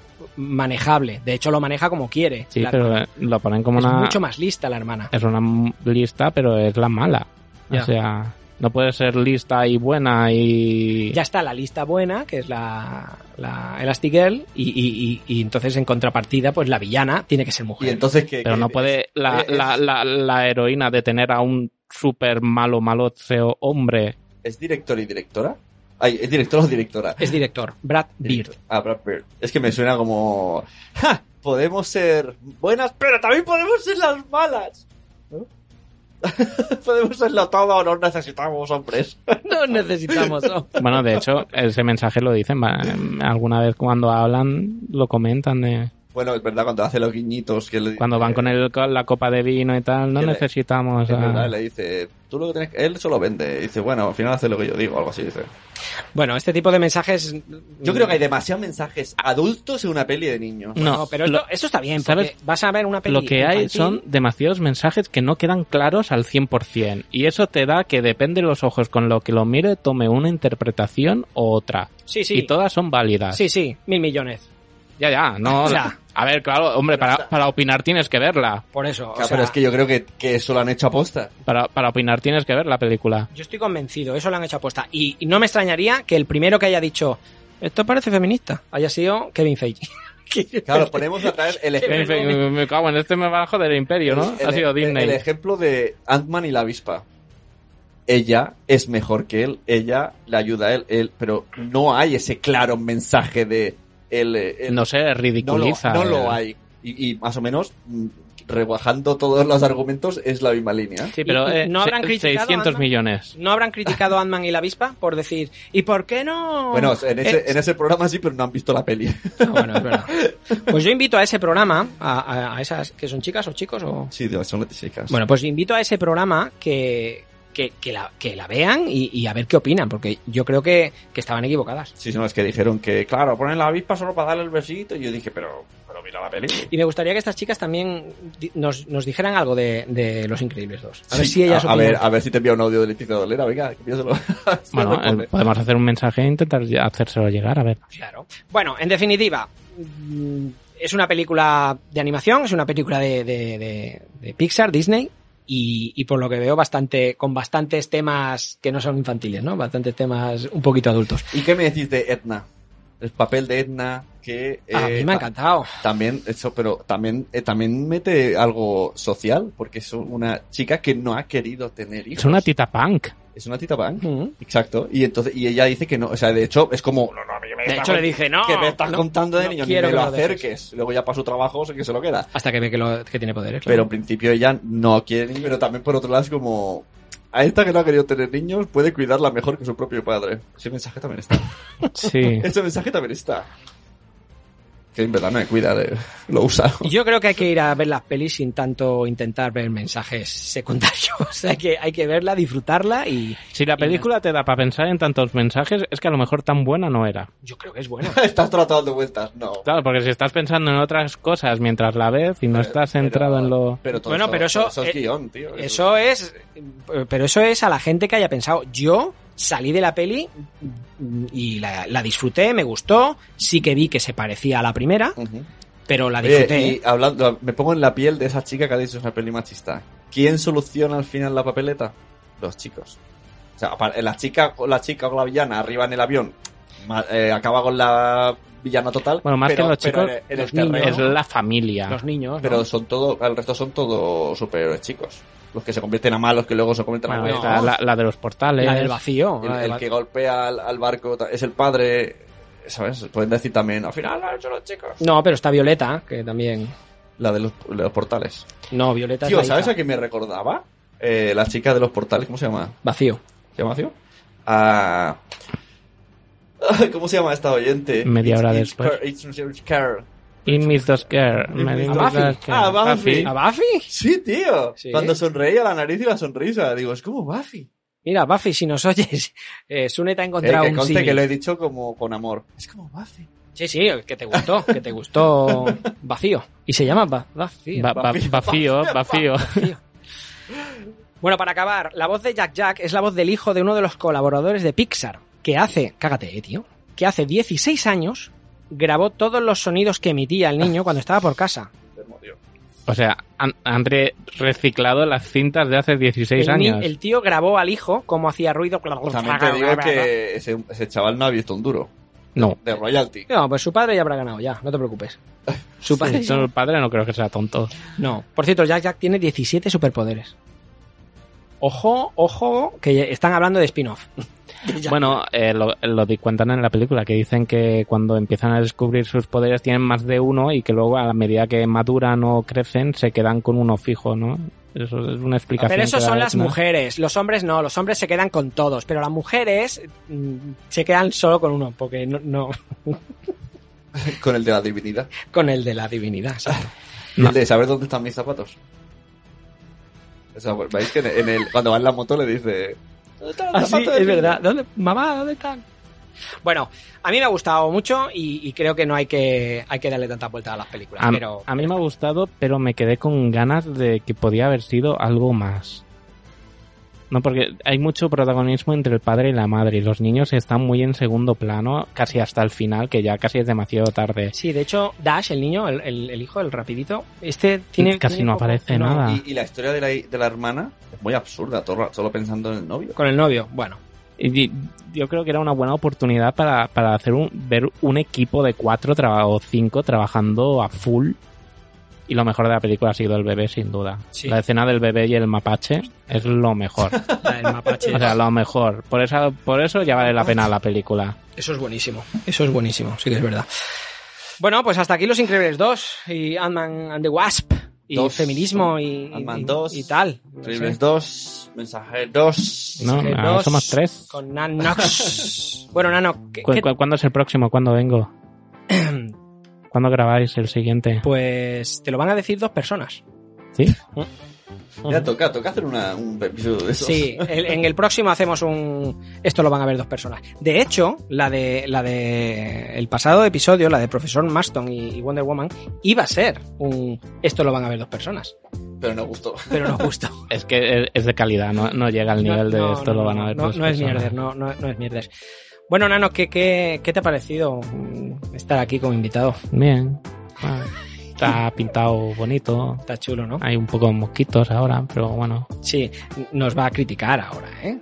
manejable. De hecho, lo maneja como quiere. Sí, la pero hermana. eh, lo ponen como es una. mucho más lista la hermana. Es una m- lista, pero es la mala. Ya. O sea, no puede ser lista y buena y. Ya está la lista buena, que es la, la Elastigirl, y, y- y- y entonces en contrapartida, pues la villana tiene que ser mujer. Y entonces que. Pero no puede la, Eh, es- la, la, la heroína detener a un super malo, maloceo hombre. ¿Es director y directora? Ay, ¿Es director o directora? Es director, Brad Beard. Ah, Brad Bird. Es que me suena como. ¡Ja! Podemos ser buenas, pero también podemos ser las malas. ¿No? podemos serlo todo, no necesitamos hombres. no necesitamos hombres. Bueno, de hecho, ese mensaje lo dicen va, em, alguna vez cuando hablan, lo comentan de. Bueno, es verdad, cuando hace los guiñitos que le Cuando van con el, con la copa de vino y tal, no Que le- necesitamos. eh, Es a- verdad, le dice, tú lo que tienes que... Él solo vende. Dice, bueno, al final hace lo que yo digo, algo así, dice. Bueno, este tipo de mensajes. Yo creo que hay demasiados mensajes adultos en una peli de niños. No, mm, No, pero esto, esto está bien, porque ¿sabes? vas a ver una peli Lo que hay infantil. son demasiados mensajes que no quedan claros al 100%. Y eso te da que depende de los ojos con lo que lo mire, tome una interpretación o otra. Sí, sí. Y todas son válidas. Sí, sí, mil millones. Ya, ya, no. O sea, a ver, claro, hombre, para, para opinar tienes que verla. Por eso, o Claro, sea, pero es que yo creo que, que eso lo han hecho aposta. Para, para opinar tienes que ver la película. yo estoy convencido, eso lo han hecho apuesta. Y, y no me extrañaría que el primero que haya dicho, esto parece feminista, haya sido Kevin Feige. Claro, ponemos atrás el Me, ejemplo... me- me cago en este me bajo del imperio, ¿no? el- ha sido el- Disney. El ejemplo de Ant-Man y la avispa. Ella es mejor que él, ella le ayuda a él, él pero no hay ese claro mensaje de... El, el- no sé, no lo, ridiculiza. no el- lo hay. Y, y más o menos, mm, rebajando todos los argumentos, es la misma línea. Sí, pero Y- y eh, no habrán se- criticado a 600 Ant-Man. millones. ¿No habrán criticado a Ant-Man y la avispa por decir, ¿y por qué no? Bueno, en ese, Eh, en ese programa sí, pero no han visto la peli. Ah, bueno, es verdad. Pues yo invito a ese programa, a, a- a esas que son chicas o chicos o... Sí, Dios, son las chicas. Bueno, pues invito a ese programa que, que, que la, que la vean y, y a ver qué opinan, porque yo creo que, que estaban equivocadas. Sí, no, es que dijeron que, claro, ponen la avispa solo para darle el besito. Y yo dije, pero, pero mira la peli. Y me gustaría que estas chicas también di- nos, nos dijeran algo de, de Los Increíbles 2. A ver Sí, si ellas a, a opinan. ver, a ver si te envía un audio de Leticia Dolera, venga, que piénsalo. Bueno, eh, podemos hacer un mensaje e intentar hacérselo llegar, a ver. Claro. Bueno, en definitiva, mm, es una película de animación, es una película de, de- de- de Pixar, Disney, y, y por lo que veo, bastante, con bastantes temas que no son infantiles, ¿no? Bastantes temas un poquito adultos. ¿Y qué me decís de Edna? El papel de Edna, que... Ah, a eh, mí me ha ta- encantado. También, eso, pero también, eh, también mete algo social, porque es una chica que no ha querido tener hijos. Es una tita punk. Es una tita pan. Mm. Exacto. Y entonces, y ella dice que no, o sea, de hecho, es como, no, no, a mí me De está hecho, le con- dice, no. que me estás no, contando de no niño, ni quiero me que lo lo dejes. acerques. Luego ya para su trabajo, sé que se lo queda. Hasta que ve que, lo- que tiene poderes. Pero claro. en principio ella no quiere niños, pero también por otro lado es como, a esta que no ha querido tener niños puede cuidarla mejor que su propio padre. Ese mensaje también está. Sí. Ese mensaje también está. Que en verdad no me cuida, eh, lo usa. Y Yo creo que hay que ir a ver las pelis sin tanto intentar ver mensajes secundarios. hay, que, hay que verla, disfrutarla y Si la película te da para pensar en tantos mensajes, es que a lo mejor tan buena no era. yo creo que es buena. estás tratando dando vueltas, no. Claro, porque si estás pensando en otras cosas mientras la ves y no estás centrado en lo... Pero todo Bueno, eso, pero eso- todo es eh, guión, tío. Eso es. Pero eso es a la gente que haya pensado. Yo salí de la peli y la, la disfruté, me gustó. Sí que vi que se parecía a la primera, Ujú. pero la Oye, disfruté. ¿eh? y hablando, me pongo en la piel de esa chica que ha dicho es una peli machista. ¿Quién soluciona al final la papeleta? Los chicos. O sea, apar- la chica, la chica con la villana arriba en el avión ma- eh, acaba con la villana total. Bueno, más pero- que los pero chicos, en el- en el los niños, terreno- es la familia. Los niños. Pero son todo, el resto son todos superhéroes chicos. Los que se convierten a malos, que luego se convierten Bueno, a buenos. está la, la de los portales. La del vacío. El, la del el va- que golpea al, al barco ta- es el padre. ¿Sabes? Pueden decir también, al final lo han hecho los chicos. No, pero está Violeta, que también. La de los, los portales. No, Violeta Tío, es la ¿sabes hija. a quién me recordaba? Eh, la chica de los portales, ¿cómo se llama? Vacío. ¿Se llama tío? Ah. Ay, ¿Cómo se llama esta oyente? Media hora It's- it's después. Car- it's- it's Car. In Miss Dos Care. In Me Miss digo Dos Care. Dos Care. Ah, Buffy. ¿A Buffy? Sí, tío. Sí. Cuando sonreía la nariz y la sonrisa. Digo, es como Buffy. Mira, Buffy, si nos oyes, eh, Sune te ha Eh, encontrado que un conste símil. que lo he dicho como con amor. Es como Buffy. Sí, sí, que te gustó, que te gustó Vacío. Y se llama Va- Vacío. Va- va- Vacío, vacío. Bueno, para acabar, la voz de Jack Jack es la voz del hijo de uno de los colaboradores de Pixar, que hace, cágate, eh, tío, que hace 16 años grabó todos los sonidos que emitía el niño cuando estaba por casa. O sea, han, han re- reciclado las cintas de hace 16 el, ni- años. el tío grabó al hijo cómo hacía ruido. También te digo que ese, ese chaval no ha visto un duro. No. De royalty. No, pues su padre ya habrá ganado ya, no te preocupes. Su padre. Sí, su padre no creo que sea tonto. No. Por cierto, Jack Jack tiene 17 superpoderes. Ojo, ojo, que están hablando de spin-off. Ya. Bueno, eh, lo, lo di- cuentan en la película, que dicen que cuando empiezan a descubrir sus poderes tienen más de uno y que luego a la medida que maduran o crecen se quedan con uno fijo, ¿no? Eso es una explicación. Pero eso que da son las Eggman. mujeres, los hombres no, los hombres se quedan con todos, pero las mujeres mm, se quedan solo con uno, porque no, no- Con el de la divinidad. con el de la divinidad. ¿sabes? Y el de saber dónde están mis zapatos. O sea, pues, veis que en el, en el- cuando va en la moto le dice. ¿Dónde están los Ah, sí, zapatos de es mi-?" verdad. ¿Dónde, mamá, ¿dónde están? Bueno, a mí me ha gustado mucho y, y creo que no hay que, hay que darle tanta vuelta a las películas, A, pero a mí me ha gustado, pero me quedé con ganas de que podía haber sido algo más. No, porque hay mucho protagonismo entre el padre y la madre y los niños están muy en segundo plano, casi hasta el final, que ya casi es demasiado tarde. Sí, de hecho, Dash, el niño, el, el- el hijo, el rapidito, este tiene... Casi tiene no poco- aparece nada. Y, y la historia de la, de la hermana es muy absurda, todo el rato solo pensando en el novio. Con el novio, bueno. Y- y yo creo que era una buena oportunidad para, para hacer un, ver un equipo de cuatro traba- o cinco trabajando a full. Y lo mejor de la película ha sido el bebé, sin duda. Sí. La escena del bebé y el mapache es lo mejor. La del mapache. o sea, lo mejor. Por, esa, por eso ya vale la pena la película. Eso es buenísimo. Eso es buenísimo, sí que es verdad. Bueno, pues hasta aquí Los Increíbles 2 y Ant-Man and the Wasp y Dos. feminismo y, Ant-Man y- 2, y tal. No sé. Increíbles 2, Mensaje 2. No, Mensaje ahora dos somos tres. Con Nanox. bueno, Nano, ¿qué- ¿Cu- qué- cu- ¿Cuándo es el próximo? ¿Cuándo vengo? ¿Cuándo grabáis el siguiente? pues te lo van a decir dos personas. ¿Sí? Ya toca, toca hacer una, un episodio de esos. Sí, el- en el próximo hacemos un. Esto lo van a ver dos personas. De hecho, la de la de el pasado episodio, la de Profesor Maston y, y Wonder Woman, iba a ser un. Esto lo van a ver dos personas. Pero no gustó. Pero no justo. Es que es- es de calidad, no, no llega al nivel de esto, lo van a ver. No, tres no es personas. mierder, no, no, no es mierder. Bueno, Nano, ¿qué, qué, qué te ha parecido mm, estar aquí como invitado? Bien. Ah, está pintado bonito. Está chulo, ¿no? Hay un poco de mosquitos ahora, pero bueno. Sí, nos va a criticar ahora, ¿eh?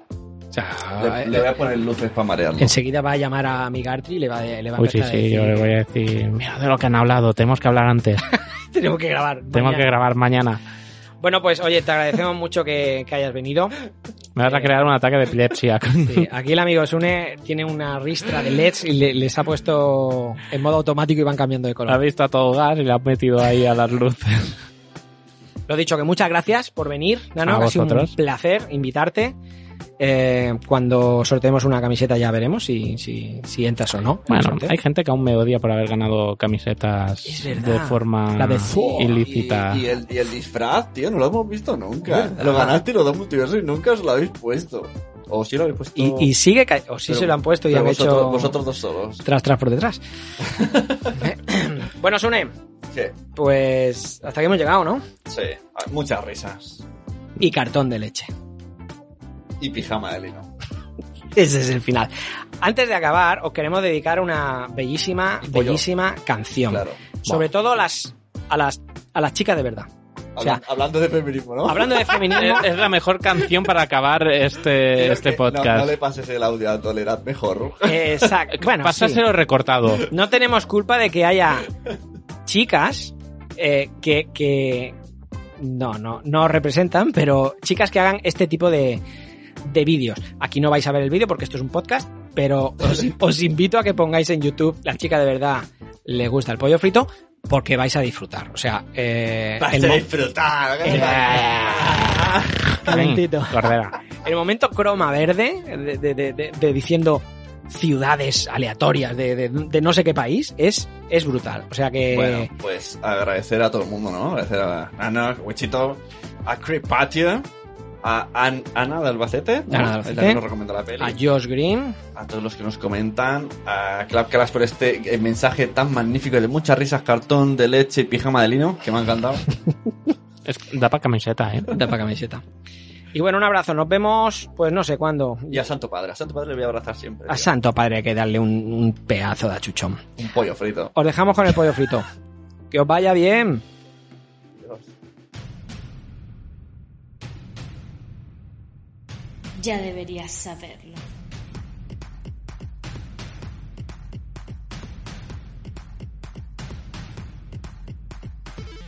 O sea, Le, eh, le voy a poner luces para marearlo. enseguida va a llamar a mi Gartry y le va, a- le va a Uy, sí, empezar a sí, yo decir, le voy a decir, mira de lo que han hablado, tenemos que hablar antes, Tenemos que grabar. tenemos que mañana". grabar mañana. Bueno, pues oye, te agradecemos mucho que, que hayas venido. Me vas a crear un ataque de epilepsia. Sí, aquí el amigo Sune tiene una ristra de LEDs y le- les ha puesto en modo automático y van cambiando de Lo has color. visto a todo gas y le has metido ahí a las luces. Lo dicho, que muchas gracias por venir, Nano. A Ha sido un vosotros. placer invitarte. Eh, cuando sorteemos una camiseta ya veremos si, si, si entras o no. al Bueno, sorteo. hay gente que aún me odia por haber ganado camisetas Es verdad. de forma La de- ilícita. Y, y el, y el disfraz, tío, no lo hemos visto nunca. ¿Verdad? Lo ganaste y lo da multiverso y nunca os lo habéis puesto. O sí lo habéis puesto. Y, y sigue, ca- o sí Pero- se lo han puesto y pero han vosotros, hecho Vosotros dos solos. tras, tras por detrás. bueno, Sune, Sí, pues hasta aquí hemos llegado, ¿no? sí. ah, Hay Muchas risas. Y cartón de leche. Y pijama de lino. Ese es el final. Antes de acabar, os queremos dedicar una bellísima, pollo. bellísima canción. Claro. Sobre todo a las, a las, a las chicas de verdad. O sea, Hablan- hablando de feminismo, ¿no? hablando de feminismo, Es, es la mejor canción para acabar este, Creo este que no- No, podcast. le pases el audio a Tolerat mejor. exacto. Bueno, sí. Pásaselo recortado. no tenemos culpa de que haya chicas eh, que, que no, no, no representan, pero chicas que hagan este tipo de, de vídeos. Aquí no vais a ver el vídeo porque esto es un podcast, pero os, os invito a que pongáis en YouTube la chica de verdad le gusta el pollo frito porque vais a disfrutar. O sea, eh, Vas el, a este mo- eh, disfrutar. Calentito. Cordera. el momento croma verde de, de- de- de- de diciendo ciudades aleatorias de, de- de no sé qué país es, es brutal. O sea que... Bueno, pues agradecer a todo el mundo, ¿no? Agradecer a Ana, a Wichito, a Creep Patio, a An- Ana de Albacete, ¿no? Es Ana de la Albacete. que nos recomendó la peli. a Josh Green. a todos los que nos comentan, a Clap Clash por este eh, mensaje tan magnífico de muchas risas, cartón de leche y pijama de lino, que me ha encantado. Es- da para camiseta, ¿eh? Da para camiseta. Y bueno, un abrazo. Nos vemos, pues no sé cuándo. Y a Santo Padre. A Santo Padre le voy a abrazar siempre. A Santo Padre hay que darle un, un pedazo de achuchón. Un pollo frito. Os dejamos con el pollo frito. Que os vaya bien. Ya deberías saberlo.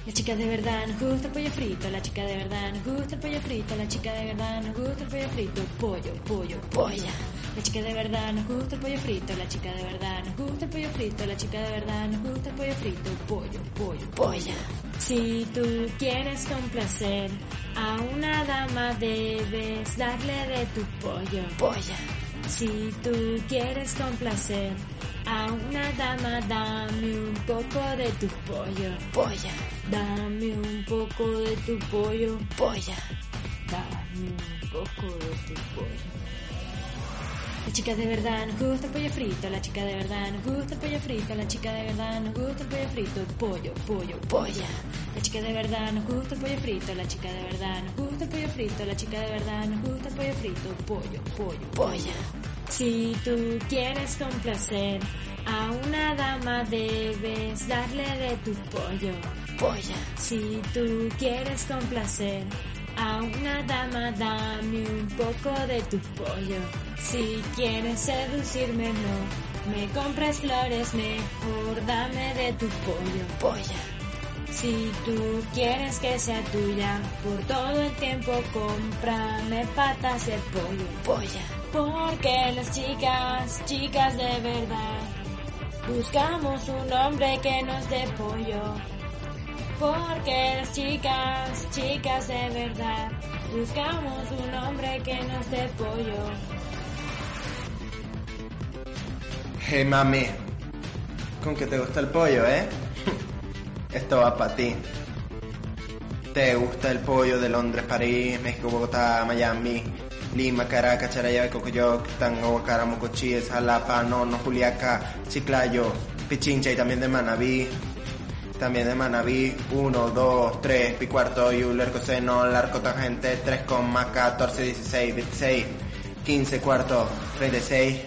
La chica de verdad nos gusta el pollo frito, la chica de verdad nos gusta el pollo frito, la chica de verdad nos gusta el pollo frito, pollo, pollo, polla. La chica de verdad nos gusta el pollo frito, la chica de verdad nos gusta el pollo frito, la chica de verdad nos gusta el pollo frito, pollo, pollo, polla. Si tú quieres complacer a una dama debes darle de tu pollo, polla. Si tú quieres complacer a una dama dame un poco de tu pollo, polla. Dame un poco de tu pollo, polla. Dame un poco de tu pollo. La chica de verdad nos gusta el pollo frito, la chica de verdad nos gusta el pollo frito, la chica de verdad nos gusta el pollo frito, pollo, pollo, polla. La chica de verdad nos gusta el pollo frito, la chica de verdad nos gusta el pollo frito, la chica de verdad nos gusta el pollo frito, pollo, pollo, polla. Si tú quieres complacer a una dama debes darle de tu pollo, polla. Si tú quieres complacer a una dama dame un poco de tu pollo. Si quieres seducirme, no me compres flores, mejor dame de tu pollo. Polla. Si tú quieres que sea tuya, por todo el tiempo cómprame patas de pollo. Polla. Porque las chicas, chicas de verdad, buscamos un hombre que nos dé pollo. Porque las chicas, chicas de verdad, buscamos un hombre que nos dé pollo. Hey mami, con que te gusta el pollo, ¿eh? Esto va para ti. ¿Te gusta el pollo de Londres, París, México, Bogotá, Miami, Lima, Caracas, Charayave, Cocoyoc, Tango, Guacara, Mocochíes, Jalapa, Nono, Juliaca, Chiclayo, Pichincha y también de Manabí? También de Manabí, 1, 2, 3, pi cuarto, Euler, coseno, larco, tangente, 3,14, 16, 16, 15, cuarto, 36.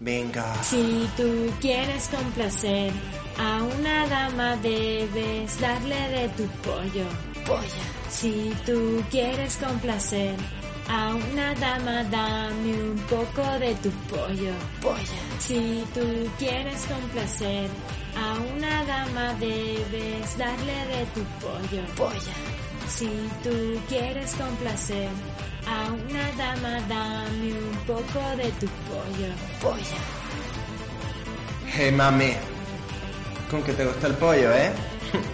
Venga. Si tú quieres complacer a una dama debes darle de tu pollo, polla. Si tú quieres complacer a una dama dame un poco de tu pollo, polla. Si tú quieres complacer a una dama debes darle de tu pollo, polla. Si tú quieres complacer a una dama dame un poco de tu pollo, polla. Hey eh, mami, con que te gusta el pollo, ¿eh?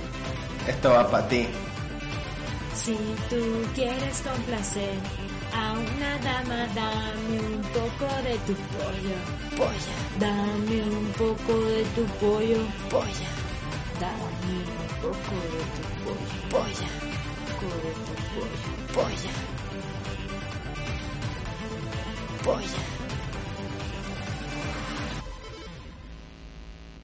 Esto va para ti. Si tú quieres complacer a una dama, dame un poco de tu pollo, polla. Dame un poco de tu pollo, polla. Dame un poco de tu pollo, polla. Un poco de tu pollo, polla. Polla.